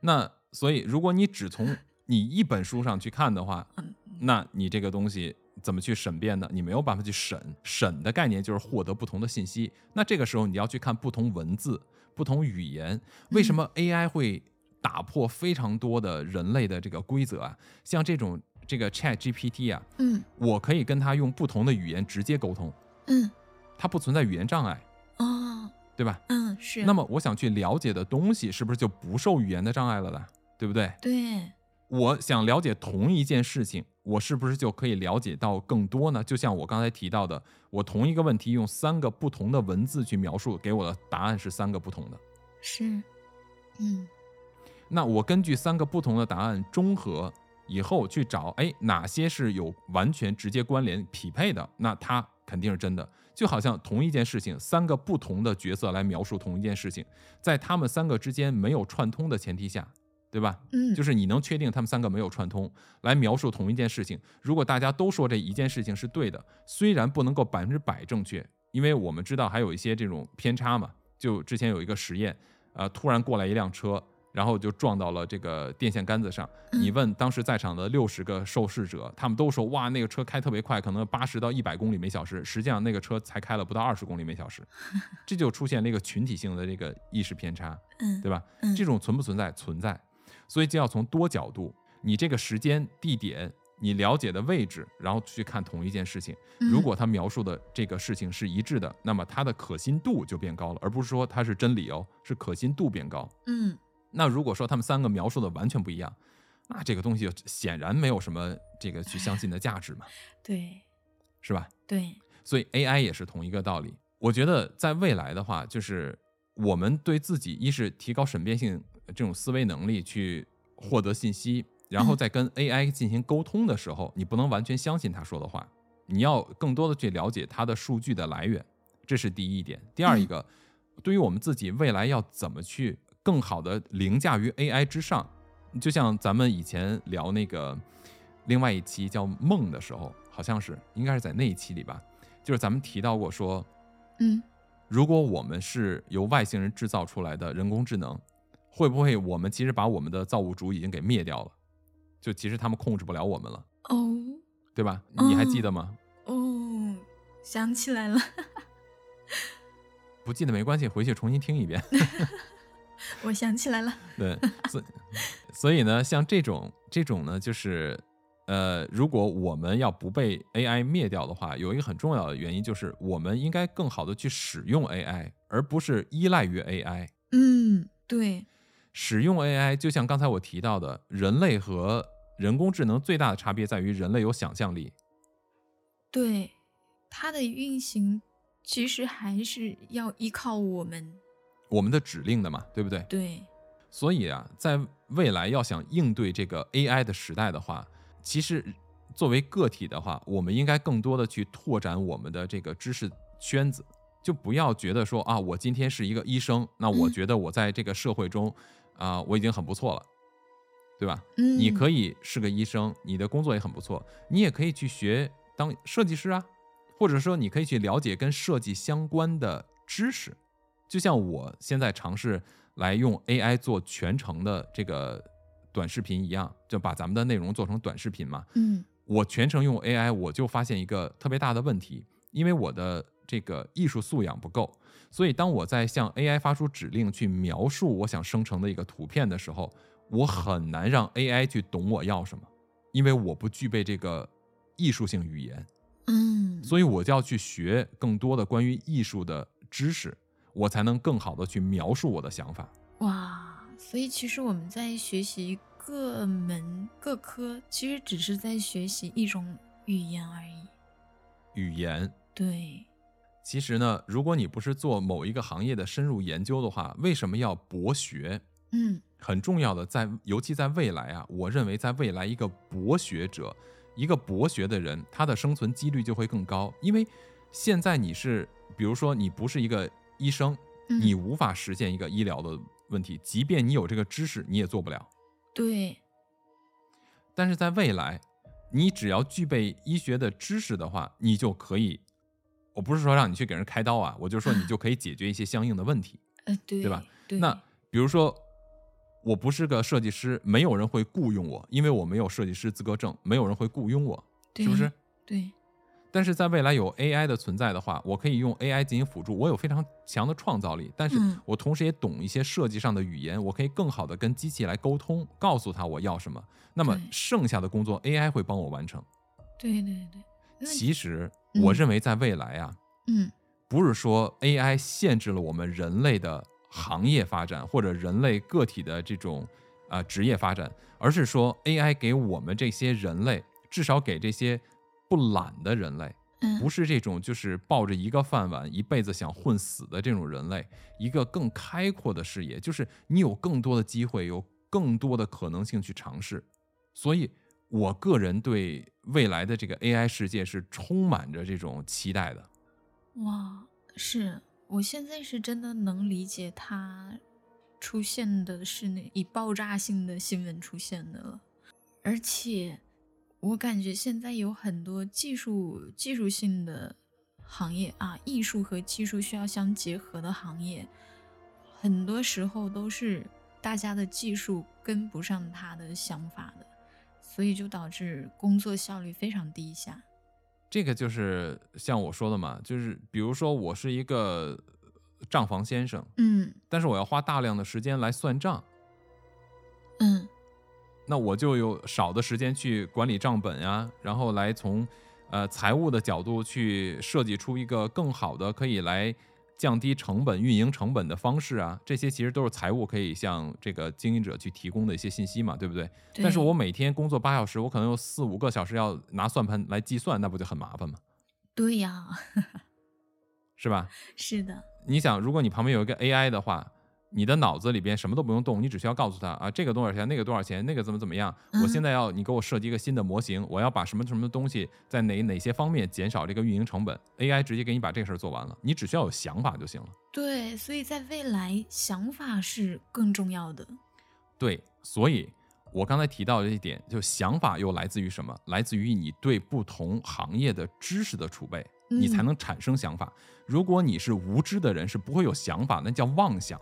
那所以如果你只从你一本书上去看的话，嗯那你这个东西怎么去审辩呢？你没有办法去审，审的概念就是获得不同的信息。那这个时候你要去看不同文字、不同语言，为什嗯么 AI 会打破非常多的人类的这个规则啊？像这种这个 Chat GPT 啊，嗯我可以跟它用不同的语言直接沟通，嗯，它不存在语言障碍，哦，对吧？嗯是，那么我想去了解的东西，是不是就不受语言的障碍了呢？对不对？对，我想了解同一件事情，我是不是就可以了解到更多呢？就像我刚才提到的，我同一个问题用三个不同的文字去描述，给我的答案是三个不同的。是，嗯那我根据三个不同的答案综合以后去找，哎，哪些是有完全直接关联匹配的，那它肯定是真的。就好像同一件事情，三个不同的角色来描述同一件事情，在他们三个之间没有串通的前提下，对吧？嗯，就是你能确定他们三个没有串通，来描述同一件事情。如果大家都说这一件事情是对的，虽然不能够百分之百正确，因为我们知道还有一些这种偏差嘛。就之前有一个实验，呃，突然过来一辆车，然后就撞到了这个电线杆子上。嗯你问当时在场的六十个受试者，他们都说哇，那个车开特别快，可能八十到一百公里每小时，实际上那个车才开了不到二十公里每小时，这就出现了一个群体性的这个意识偏差。嗯对吧？嗯这种存不存在？存在，所以就要从多角度，你这个时间、地点、你了解的位置，然后去看同一件事情。如嗯果他描述的这个事情是一致的，那么它的可信度就变高了，而不是说它是真理哦，是可信度变高。嗯那如果说他们三个描述的完全不一样，那这个东西就显然没有什么这个去相信的价值嘛，对是吧？对，所以 AI 也是同一个道理。我觉得在未来的话，就是我们对自己一是提高审辨性呃这种思维能力去获得信息，然后嗯在跟 AI 进行沟通的时候，你不能完全相信他说的话，你要更多的去了解它的数据的来源，这是第一点。第二一个，对于我们自己未来要怎么去更好的凌驾于 AI 之上，就像咱们以前聊那个另外一期叫梦的时候，好像是应该是在那一期里吧，就是咱们提到过说，嗯如果我们是由外星人制造出来的人工智能，会不会我们其实把我们的造物主已经给灭掉了？就其实他们控制不了我们了，哦对吧？你还嗯记得吗？哦，想起来了， 不记得没关系，回去重新听一遍。我想起来了，对，所以所以呢，像这种这种呢，就是呃，如果我们要不被 AI 灭掉的话，有一个很重要的原因就是我们应该更好的去使用 AI，而不是依赖于 AI。嗯，对，使用 AI，就像刚才我提到的，人类和人工智能最大的差别在于人类有想象力，对，它的运行其实还是要依靠我们。我们的指令的嘛，对不对？对，所以啊，在未来要想应对这个 AI 的时代的话，其实作为个体的话，我们应该更多的去拓展我们的这个知识圈子，就不要觉得说啊，我今天是一个医生，那我嗯觉得我在这个社会中啊、我已经很不错了，对吧？嗯，你可以，以是个医生，你的工作也很不错，你也可以去学当设计师啊，或者说你可以去了解跟设计相关的知识。就像我现在尝试来用 AI 做全程的这个短视频一样，就把咱们的内容做成短视频嘛。嗯我全程用 AI，我就发现一个特别大的问题，因为我的这个艺术素养不够，所以当我在向 AI 发出指令去描述我想生成的一个图片的时候，我很难让 AI 去懂我要什么，因为我不具备这个艺术性语言，嗯，所以我就要去学更多的关于艺术的知识，我才能更好的去描述我的想法。哇，所以其实我们在学习各门各科，其实只是在学习一种语言而已。语言对，其实呢，如果你不是做某一个行业的深入研究的话，为什么要博学？嗯很重要的在，尤其在未来啊，我认为在未来，一个博学者，一个博学的人，他的生存几率就会更高。因为现在你是，比如说你不是一个医生，嗯你无法实现一个医疗的问题，即便你有这个知识，你也做不了。对，但是在未来，你只要具备医学的知识的话，你就可以。我不是说让你去给人开刀啊，我就说你就可以解决一些相应的问题。呃，对，吧？对，那比如说，我不是个设计师，没有人会雇佣我，因为我没有设计师资格证，没有人会雇佣我，对是不是？？对，但是在未来有 AI 的存在的话，我可以用 AI 进行辅助，我有非常强的创造力，但是嗯我同时也懂一些设计上的语言，我可以更好的跟机器来沟通，告诉他我要什么。那么对剩下的工作 AI 会帮我完成。对对对，那其实嗯我认为在未来啊，嗯不是说 AI 限制了我们人类的行业发展或者人类个体的这种啊、呃职业发展，而是说 AI 给我们这些人类，至少给这些不懒的人类，嗯，不是这种就是抱着一个饭碗一辈子想混死的这种人类，一个更开阔的视野，就是你有更多的机会，有更多的可能性去尝试。所以，我个人对未来的这个 AI 世界是充满着这种期待的。哇，是我现在是真的能理解它出现的是那以爆炸性的新闻出现的了，而且我感觉现在有很多技术技术性的行业啊，艺术和技术需要相结合的行业，很多时候都是大家的技术跟不上他的想法的，所以就导致工作效率非常低下。这个就是像我说的嘛，就是比如说我是一个账房先生，嗯但是我要花大量的时间来算账，嗯，那我就有少的时间去管理账本呀、然后来从呃财务的角度去设计出一个更好的可以来降低成本、运营成本的方式啊，这些其实都是财务可以向这个经营者去提供的一些信息嘛，对不对？对但是我每天工作八小时，我可能有四五个小时要拿算盘来计算，那不就很麻烦吗？对呀、是吧？ 是的，你想，如果你旁边有一个 AI 的话，你的脑子里边什么都不用动，你只需要告诉他啊，这个多少钱，那个多少钱，那个怎么怎么样。我现在要你给我设计一个新的模型，我要把什么什么东西在哪哪些方面减少这个运营成本，AI 直接给你把这个事儿做完了，你只需要有想法就行了。对，所以在未来，想法是更重要的。对，所以我刚才提到的这一点，就想法又来自于什么？来自于你对不同行业的知识的储备，嗯你才能产生想法。如果你是无知的人，是不会有想法，那叫妄想。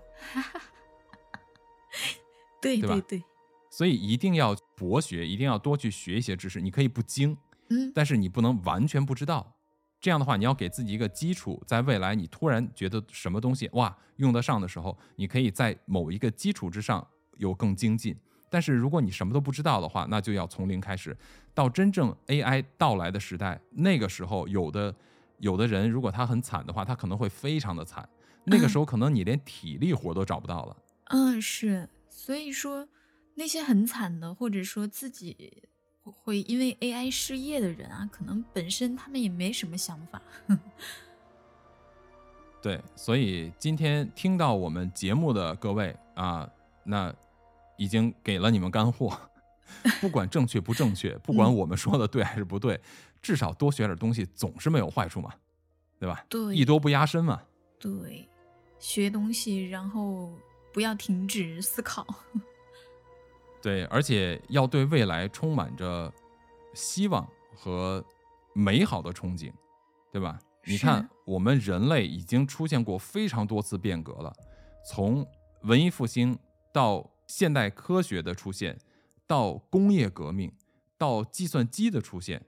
对对吧对对，所以一定要博学，一定要多去学一些知识。你可以不精，嗯，但是你不能完全不知道。这样的话，你要给自己一个基础，在未来你突然觉得什么东西哇用得上的时候，你可以在某一个基础之上有更精进。但是如果你什么都不知道的话，那就要从零开始。到真正 AI 到来的时代，那个时候有的有的人如果他很惨的话，他可能会非常的惨。那个时候可能你连体力活都找不到了。嗯，是，所以说那些很惨的，或者说自己会因为 AI 失业的人啊，可能本身他们也没什么想法。 对，所以今天听到我们节目的各位啊，那已经给了你们干货， 不管正确不正确，不管我们说的对还是不对，至少多学点东西总是没有坏处嘛，对吧？对艺多不压身嘛。对，学东西，然后不要停止思考。 对，而且要对未来充满着希望和美好的憧憬，对吧？你看是，我们人类已经出现过非常多次变革了，从文艺复兴到现代科学的出现，到工业革命，到计算机的出现，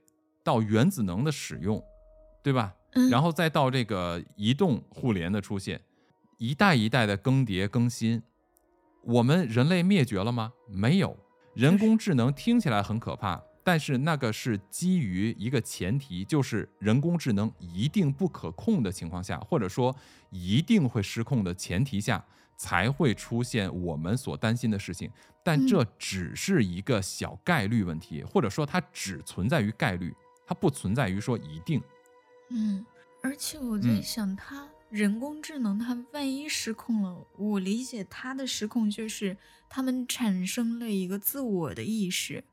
到原子能的使用，对吧？嗯，然后后再到这个移动互联的出现，一代一代的更迭更新，我们人类灭绝了吗？没有。人工智能听起来很可怕，但是那个是基于一个前提，就是人工智能一定不可控的情况下，或者说一定会失控的前提下，才会出现我们所担心的事情。但嗯这只是一个小概率问题，或者说它只存在于概率，它不存在于说一定。嗯，而且我在嗯想，它人工智能它万一失控了，我理解它的失控就是他们产生了一个自我的意识，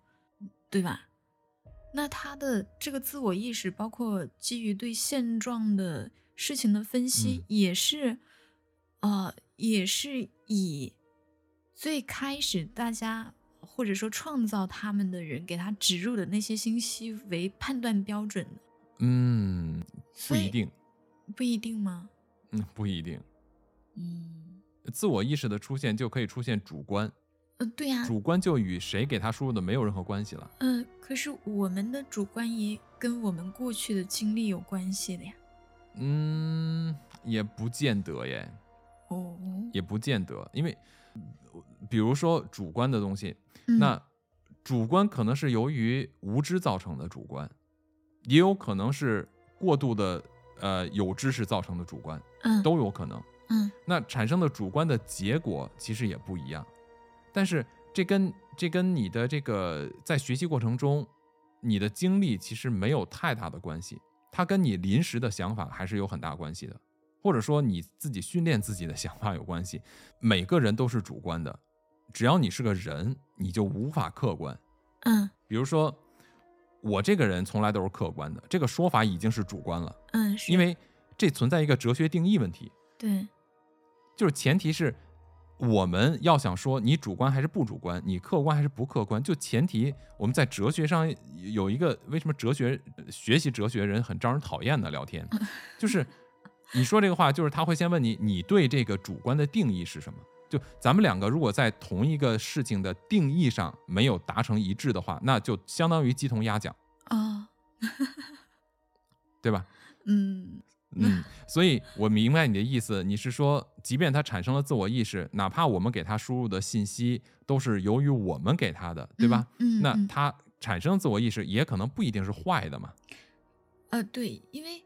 对吧？那它的这个自我意识，包括基于对现状的事情的分析嗯，也是，呃，也是以最开始大家或者说创造他们的人给他植入的那些信息为判断标准的，嗯，不所以一定，不一定吗？嗯，不一定。嗯，自我意识的出现就可以出现主观，呃，对呀、主观就与谁给他输入的没有任何关系了。嗯、可是我们的主观也跟我们过去的经历有关系的呀。嗯，也不见得耶，哦，也不见得，因为比如说主观的东西，嗯、那主观可能是由于无知造成的主观，也有可能是过度的呃有知识造成的主观，嗯都有可能。嗯那产生的主观的结果其实也不一样。但是这跟这跟你的这个在学习过程中，你的经历其实没有太大的关系，它跟你临时的想法还是有很大关系的，或者说你自己训练自己的想法有关系。每个人都是主观的，只要你是个人，你就无法客观。嗯比如说，我这个人从来都是客观的，这个说法已经是主观了，嗯，是因为这存在一个哲学定义问题。对，就是前提是我们要想说你主观还是不主观，你客观还是不客观，就前提我们在哲学上有一个为什么哲学学习哲学人很招人讨厌的聊天，就是你说这个话，就是他会先问你，你对这个主观的定义是什么？就咱们两个如果在同一个事情的定义上没有达成一致的话，那就相当于鸡同鸭讲，哦，对吧？嗯 嗯，所以我明白你的意思，你是说，即便他产生了自我意识，哪怕我们给他输入的信息都是由于我们给他的，对吧？？嗯，嗯那嗯他产生自我意识也可能不一定是坏的嘛。呃，对，因为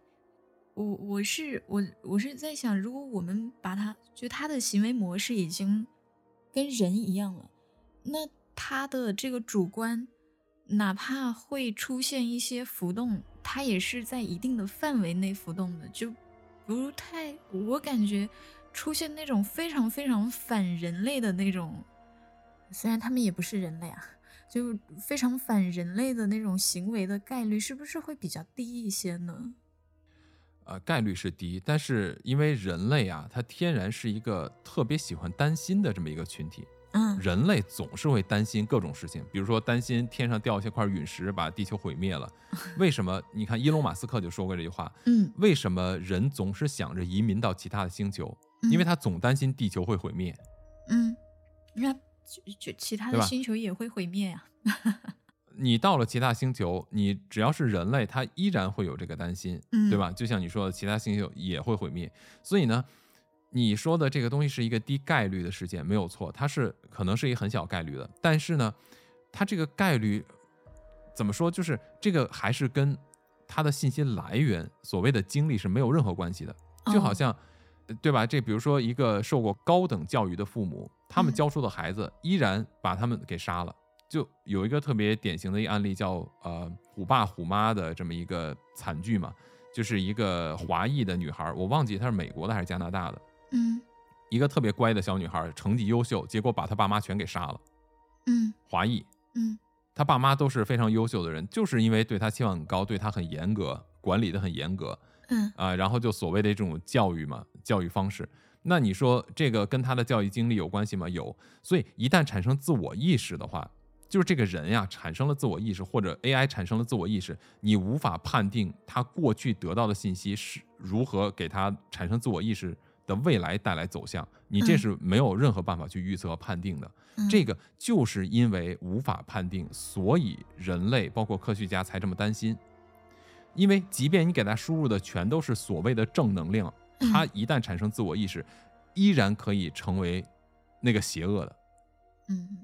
我我是我我是在想，如果我们把他就他的行为模式已经跟人一样了，那他的这个主观，哪怕会出现一些浮动，它也是在一定的范围内浮动的，就不不太，我感觉出现那种非常非常反人类的那种，虽然他们也不是人类啊，就非常反人类的那种行为的概率是不是会比较低一些呢？呃，概率是低，但是因为人类啊，它天然是一个特别喜欢担心的这么一个群体，嗯人类总是会担心各种事情，比如说担心天上掉下块陨石把地球毁灭 了。为什么？你看，伊隆马斯克就说过这句话：嗯，为什么人总是想着移民到其他的星球？因为他总担心地球会毁灭。嗯，那就就其他对的吧星球也会毁灭呀、你到了其他星球，你只要是人类，他依然会有这个担心，嗯对吧？就像你说的，其他星球也会毁灭。所以呢，你说的这个东西是一个低概率的事件，没有错，它是可能是一个很小概率的，但是呢，它这个概率怎么说？就是这个还是跟它的信息来源、所谓的经历是没有任何关系的。哦就好像，呃对吧？这比如说一个受过高等教育的父母，他们嗯教出的孩子依然把他们给杀了。就有一个特别典型的一个案例叫呃“虎爸虎妈”的这么一个惨剧嘛，就是一个华裔的女孩，我忘记她是美国的还是加拿大的，嗯一个特别乖的小女孩，成绩优秀，结果把她爸妈全给杀了。嗯华裔，嗯他爸妈都是非常优秀的人，就是因为对他期望很高，对他很严格，管理的很严格嗯啊、然后就所谓的这种教育嘛，教育方式。那你说这个跟他的教育经历有关系吗？有，所以一旦产生自我意识的话，就是这个人呀产生了自我意识，或者 AI 产生了自我意识，你无法判定他过去得到的信息是如何给他产生自我意识的未来带来走向，你这嗯是没有任何办法去预测和判定的。嗯，这个就是因为无法判定，所以人类包括科学家才这么担心。因为即便你给它输入的全都是所谓的正能量，嗯它一旦产生自我意识，依然可以成为那个邪恶的，嗯，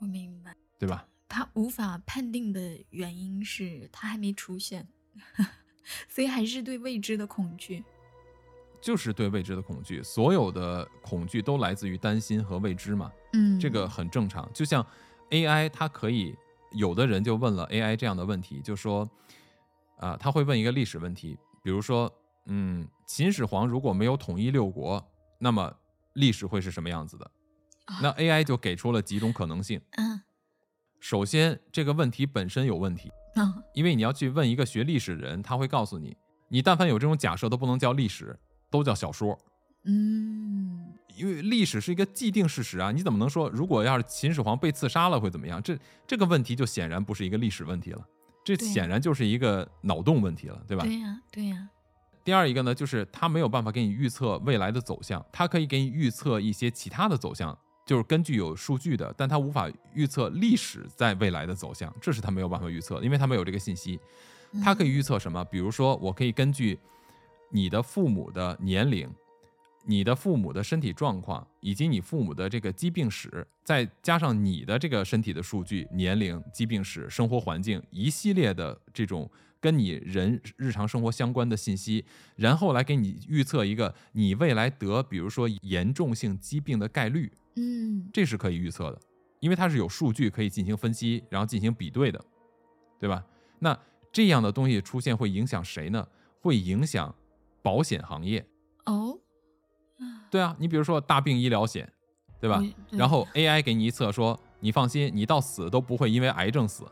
我明白。对吧？他无法判定的原因是他还没出现， 所以还是对未知的恐惧。就是对未知的恐惧，所有的恐惧都来自于担心和未知嘛。嗯，这个很正常。就像 AI，它可以有的人就问了 AI 这样的问题，就说啊、他会问一个历史问题，比如说，嗯，秦始皇如果没有统一六国，那么历史会是什么样子的？那 AI 就给出了几种可能性。嗯首先，这个问题本身有问题，啊因为你要去问一个学历史的人，他会告诉你，你但凡有这种假设，都不能叫历史，都叫小说。嗯因为历史是一个既定事实啊，你怎么能说如果要是秦始皇被刺杀了会怎么样？这这个问题就显然不是一个历史问题了，这对显然就是一个脑洞问题了，对吧？对呀、对呀、第二一个呢，就是他没有办法给你预测未来的走向，他可以给你预测一些其他的走向，就是根据有数据的，但他无法预测历史在未来的走向，这是他没有办法预测的，因为他没有这个信息。他可以预测什么？比如说，我可以根据你的父母的年龄、你的父母的身体状况，以及你父母的这个疾病史，再加上你的这个身体的数据、年龄、疾病史、生活环境一系列的这种跟你人日常生活相关的信息，然后来给你预测一个你未来得，比如说严重性疾病的概率，嗯这是可以预测的，因为它是有数据可以进行分析，然后进行比对的，对吧？那这样的东西出现会影响谁呢？会影响保险行业。哦，对啊，你比如说大病医疗险，对吧嗯？对然后 AI 给你一测说，你放心，你到死都不会因为癌症死，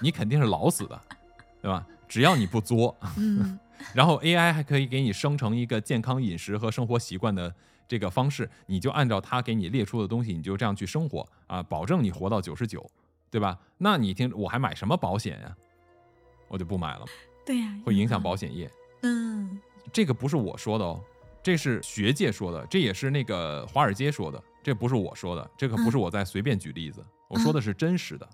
你肯定是老死的，对吧？只要你不作，嗯然后 AI 还可以给你生成一个健康饮食和生活习惯的这个方式，你就按照它给你列出的东西，你就这样去生活啊，保证你活到九十九，对吧？那你听，我还买什么保险呀、我就不买了，对呀、 会影响嗯保险业。嗯这个不是我说的哦，这是学界说的，这也是那个华尔街说的，这不是我说的，这可不是我在随便举例子，我说的是真实的。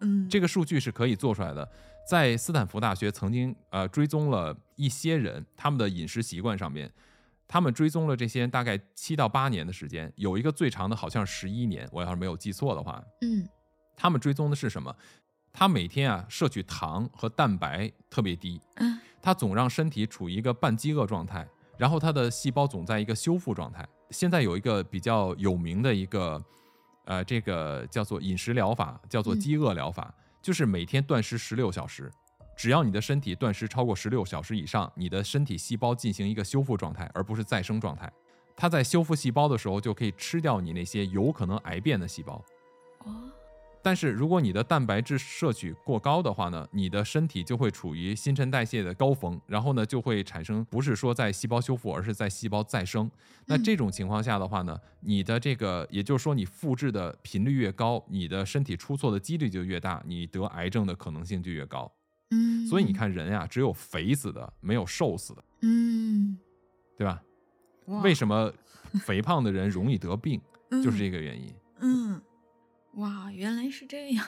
嗯，这个个数据是可以做出来的。在斯坦福大学曾经呃追踪了一些人他们的饮食习惯上面，他们追踪了这些人大概七到八年的时间，有一个最长的好像十一年，我要是没有记错的话，嗯他们追踪的是什么？他每天啊摄取糖和蛋白特别低，嗯它总让身体处于一个半饥饿状态，然后它的细胞总在一个修复状态。现在有一个比较有名的一个，呃，这个叫做饮食疗法，叫做嗯饥饿疗法，就是每天断食十六小时，只要你的身体断食超过十六小时以上，你的身体细胞进行一个修复状态，而不是再生状态。它在修复细胞的时候，就可以吃掉你那些有可能癌变的细胞。哦，但是如果你的蛋白质摄取过高的话呢，你的身体就会处于新陈代谢的高峰，然后呢就会产生不是说在细胞修复，而是在细胞再生。那嗯这种情况下的话呢，你的这个也就是说你复制的频率越高，你的身体出错的几率就越大，你得癌症的可能性就越高。嗯，所以你，看人呀、只有肥死的，没有瘦死的，嗯，对吧？哇为什么肥胖的人容易得病，就是这个原因。嗯，嗯，哇，原来是这样，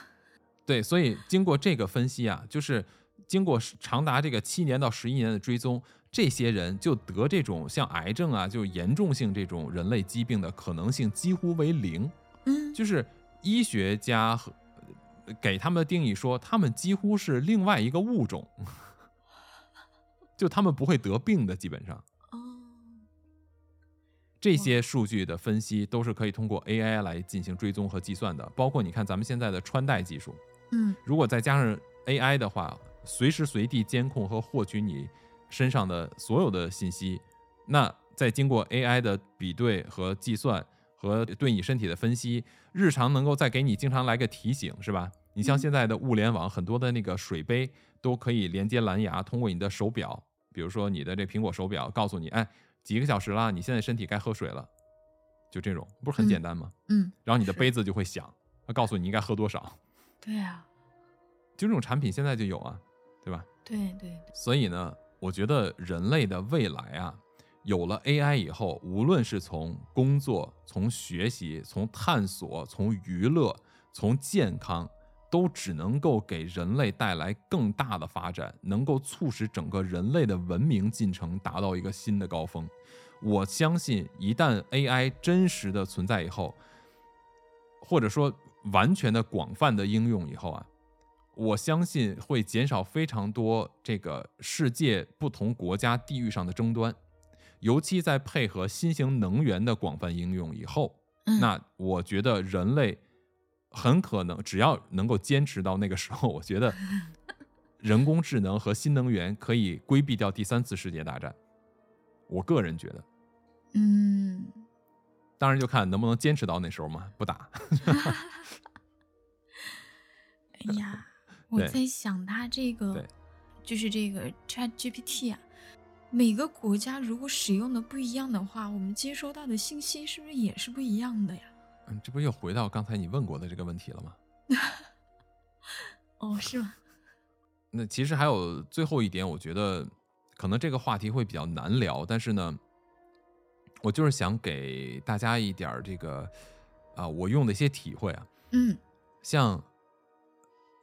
对，所以经过这个分析啊，就是经过是长达这个七年到十一年的追踪，这些人就得这种像癌症啊，就严重性这种人类疾病的可能性几乎为零。嗯，就是医学家和呃给他们的定义说，他们几乎是另外一个物种， 就他们不会得病的，基本上。哦，这些数据的分析都是可以通过 AI 来进行追踪和计算的，包括你看咱们现在的穿戴技术，嗯，如果再加上 AI 的话，随时随地监控和获取你身上的所有的信息，那再经过 AI 的比对和计算和对你身体的分析，日常能够再给你经常来个提醒，是吧？你像嗯现在的物联网，很多的那个水杯都可以连接蓝牙，通过你的手表，比如说你的这苹果手表，告诉你，哎，几个小时啦，你现在身体该喝水了，就这种，不是很嗯简单吗？嗯，然后你的是杯子就会响，它告诉你应该喝多少。对啊，就这种产品现在就有啊，对吧？对对，所以呢，我觉得人类的未来啊，有了 AI 以后，无论是从工作、从学习、从探索、从娱乐、从健康，都只能够给人类带来更大的发展，能够促使整个人类的文明进程达到一个新的高峰。我相信，一旦 AI 真实的存在以后，或者说完全的广泛的应用以后啊，我相信会减少非常多这个世界不同国家地域上的争端，尤其在配合新型能源的广泛应用以后，嗯那我觉得人类很可能只要能够坚持到那个时候，我觉得人工智能和新能源可以规避掉第三次世界大战。我个人觉得，嗯，当然就看能不能坚持到那时候嘛，不打。哎 呀，我对在想它这个对，就是这个 Chat GPT 啊，每个国家如果使用的不一样的话，我们接收到的信息是不是也是不一样的呀？嗯，这不又回到刚才你问过的这个问题了吗？哦，是吗？那其实还有最后一点，我觉得可能这个话题会比较难聊，但是呢，我就是想给大家一点儿这个啊、我用的一些体会啊，嗯像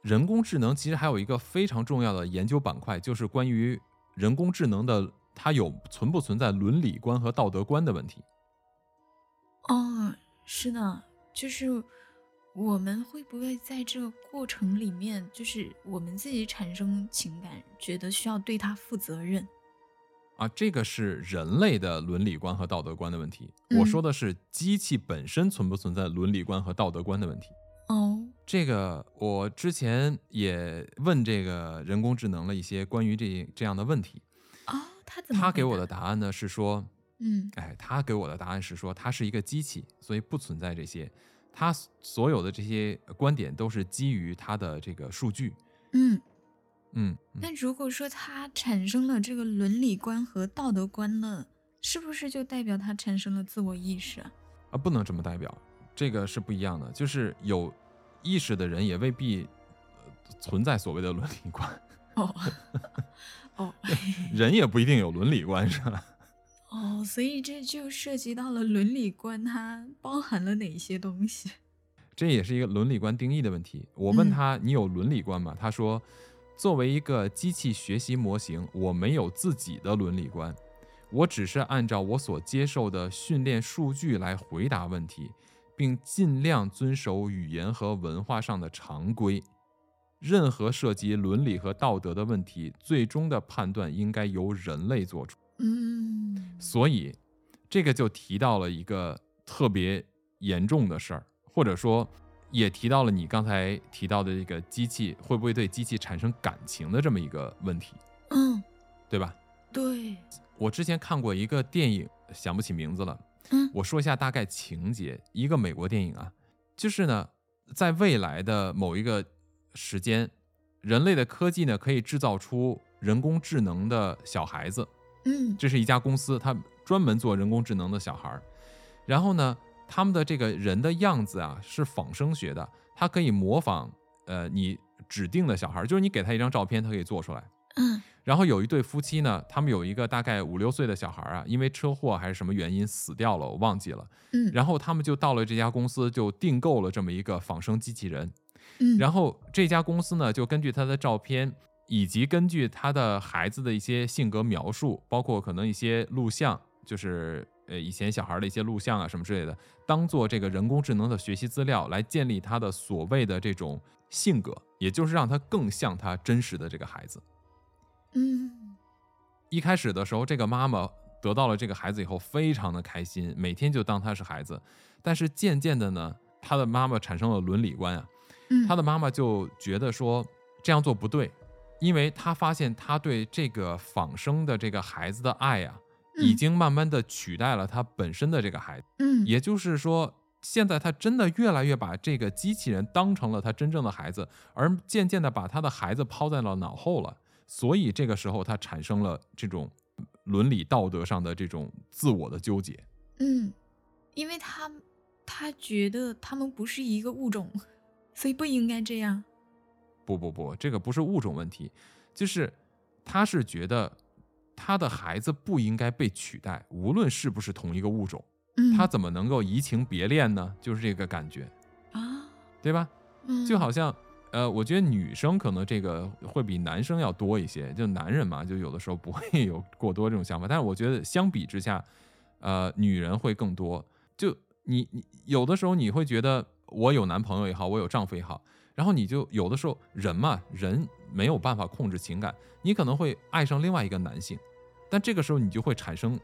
人工智能，其实还有一个非常重要的研究板块，就是关于人工智能的它有存不存在伦理观和道德观的问题。哦，是的，就是我们会不会在这个过程里面，就是我们自己产生情感，觉得需要对它负责任？啊，这个是人类的伦理观和道德观的问题。我嗯说的是机器本身存不存在伦理观和道德观的问题。哦，这个我之前也问这个人工智能了一些关于这这样的问题，哦，他怎么？他给我的，答案呢是说，嗯哎，他给我的答案是说，它是一个机器，所以不存在这些。他所有的这些观点都是基于他的这个数据，嗯。嗯，嗯那如果说他产生了这个伦理观和道德观呢，是不是就代表他产生了自我意识啊？啊，不能这么代表，这个是不一样的。就是有意识的人也未必、呃存在所谓的伦理观， 哦，哦，人也不一定有伦理观，是吧？ 哦，所以这就涉及到了伦理观，它包含了哪些东西？这也是一个伦理观定义的问题。我问嗯他：“你有伦理观吗？”他说：“作为一个机器学习模型，我没有自己的伦理观，我只是按照我所接受的训练数据来回答问题，并尽量遵守语言和文化上的常规。任何涉及伦理和道德的问题，最终的判断应该由人类做出。”嗯，所以，这个就提到了一个特别严重的事儿，或者说也提到了你刚才提到的这个机器会不会对机器产生感情的这么一个问题，嗯，对吧？对，我之前看过一个电影，想不起名字了。嗯我说一下大概情节，一个美国电影啊，就是呢，在未来的某一个时间，人类的科技呢可以制造出人工智能的小孩子，嗯这是一家公司，它专门做人工智能的小孩儿。然后呢，他们的这个人的样子啊是仿生学的，它可以模仿呃你指定的小孩儿，就是你给他一张照片，它可以做出来。嗯然后有一对夫妻呢，他们有一个大概五六岁的小孩儿啊，因为车祸还是什么原因死掉了，我忘记了。嗯，然后他们就到了这家公司，就订购了这么一个仿生机器人。嗯然后这家公司呢，就根据他的照片，以及根据他的孩子的一些性格描述，包括可能一些录像，就是呃以前小孩的一些录像啊什么之类的，当做这个人工智能的学习资料来建立他的所谓的这种性格，也就是让他更像他真实的这个孩子。嗯一开始的时候，这个妈妈得到了这个孩子以后，非常的开心，每天就当他是孩子。但是渐渐的呢，他的妈妈产生了伦理观啊，嗯，他的妈妈就觉得说这样做不对，因为他发现他对这个仿生的这个孩子的爱啊，已嗯经慢慢的取代了他本身的这个孩子。嗯也就是说，现在他真的越来越把这个机器人当成了他真正的孩子，而渐渐的把他的孩子抛在了脑后了。所以这个时候，他产生了这种伦理道德上的这种自我的纠结。嗯，因为他他觉得他们不是一个物种，所以不应该这样。不不不，这个不是物种问题，就是他是觉得他的孩子不应该被取代，无论是不是同一个物种，嗯，他怎么能够移情别恋呢？就是这个感觉，啊，对吧？嗯，就好像，呃，我觉得女生可能这个会比男生要多一些，就男人嘛，就有的时候不会有过多这种想法，但是我觉得相比之下，呃，女人会更多。就你你有的时候你会觉得我有男朋友也好，我有丈夫也好，然后你就有的时候人嘛，人没有办法控制情感，你可能会爱上另外一个男性，但这个时候你就会产生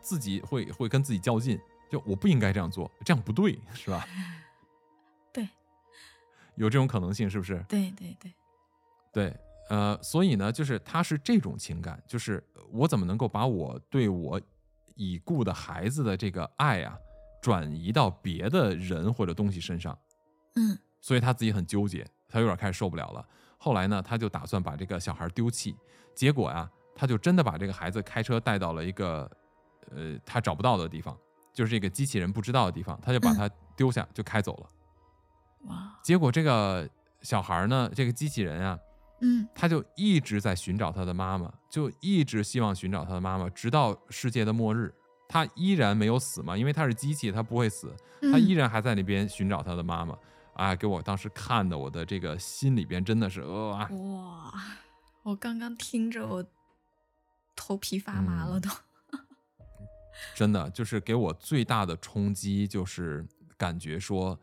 自己会会跟自己较劲，就我不应该这样做，这样不对，是吧？对有这种可能性是不是？对对对，对，呃，所以呢，就是他是这种情感，就是我怎么能够把我对我已故的孩子的这个爱啊，转移到别的人或者东西身上？嗯所以他自己很纠结，他有点开始受不了了。后来呢，他就打算把这个小孩丢弃，结果啊，他就真的把这个孩子开车带到了一个呃他找不到的地方，就是这个机器人不知道的地方，他就把他丢下就开走了。哇，结果这个小孩呢，这个机器人啊，嗯他就一直在寻找他的妈妈，就一直希望寻找他的妈妈，直到世界的末日，他依然没有死嘛，因为他是机器，他不会死，嗯，他依然还在那边寻找他的妈妈。啊，给我当时看的，我的这个心里边真的是呃啊，嗯哇，我刚刚听着我头皮发麻了嗯都。真的就是给我最大的冲击，就是感觉说，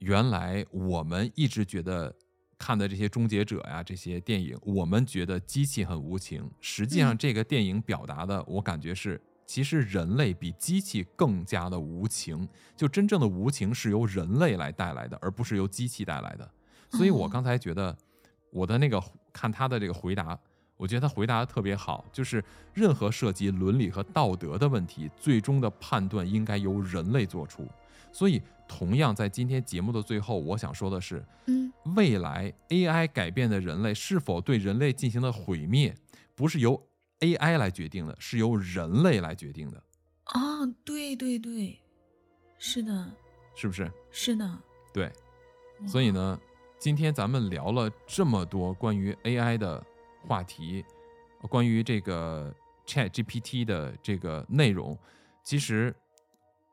原来我们一直觉得看的这些终结者呀、这些电影，我们觉得机器很无情，实际上嗯这个电影表达的，我感觉是，其实人类比机器更加的无情，就真正的无情是由人类来带来的，而不是由机器带来的。所以我嗯刚才觉得我的那个看他的这个回答，我觉得他回答的特别好，就是任何涉及伦理和道德的问题，最终的判断应该由人类做出。所以，同样在今天节目的最后，我想说的是， 嗯未来 AI 改变的人类是否对人类进行了毁灭，不是由 AI 来决定的，是由人类来决定的，啊，对对对，是的，是不是？是的，对，所嗯以呢，今天咱们聊了这么多关于 AI 的话题，呃关于这个 Chat GPT 的这个内容，其实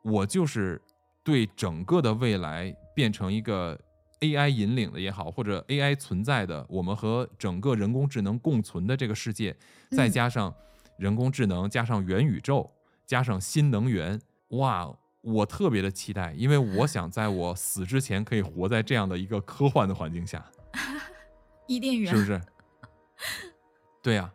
我就是对整个的未来变成一个 AI 引领的也好，或者 AI 存在的，我们和整个人工智能共存的这个世界，再嗯加上人工智能，加上元宇宙，加上新能源，哇！我特别的期待，因为我想在我死之前可以活在这样的一个科幻的环境下。伊甸园是不是？ 对呀、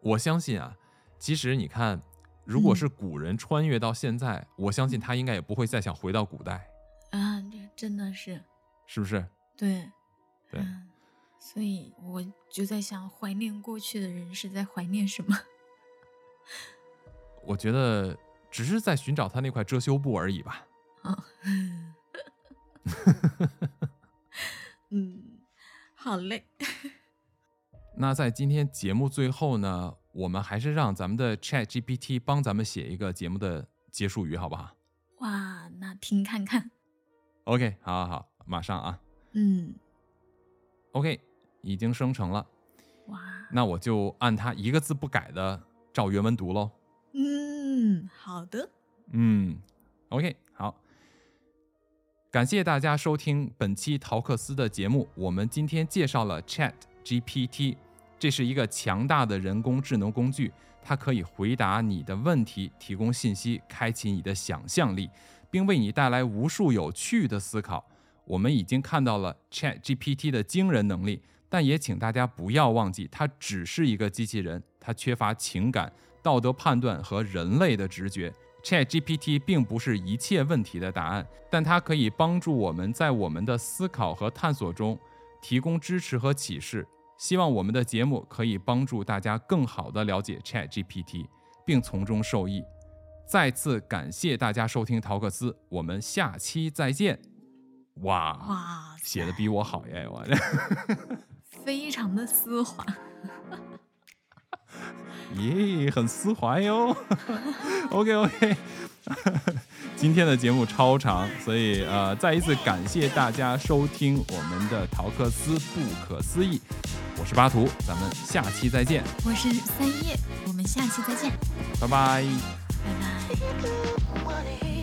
我相信啊，其实你看，如果嗯是古人穿越到现在，我相信他应该也不会再想回到古代，啊，这真的是，是不是？对，对嗯所以我就在想，怀念过去的人是在怀念什么？ 我觉得只是在寻找他那块遮羞布而已吧。嗯，好嘞，那在今天节目最后呢，我们还是让咱们的 Chat GPT 帮咱们写一个节目的结束语，好不好哇，那听看看， ？OK，好好好，马上啊。嗯， OK，已经生成了，哇，那我就按它一个字不改的照原文读喽。嗯，好的，嗯，OK，好，感谢大家收听本期陶克斯的节目。我们今天介绍了 Chat GPT，这是一个强大的人工智能工具，它可以回答你的问题，提供信息，开启你的想象力，并为你带来无数有趣的思考。我们已经看到了 Chat GPT 的惊人能力，但也请大家不要忘记，它只是一个机器人，它缺乏情感、道德判断和人类的直觉。Chat GPT 并不是一切问题的答案，但它可以帮助我们在我们的思考和探索中提供支持和启示。希望我们的节目可以帮助大家更好地了解 Chat GPT，并从中受益。再次感谢大家收听陶克斯，我们下期再见。哇，哇塞，写的比我好耶！我非常的丝滑，耶，很丝滑哟。OK OK，今天的节目超长，所以呃，再一次感谢大家收听我们的陶克斯不可思议，我是巴图，咱们下期再见，我是三叶，我们下期再见，拜拜。拜拜。 wanna hear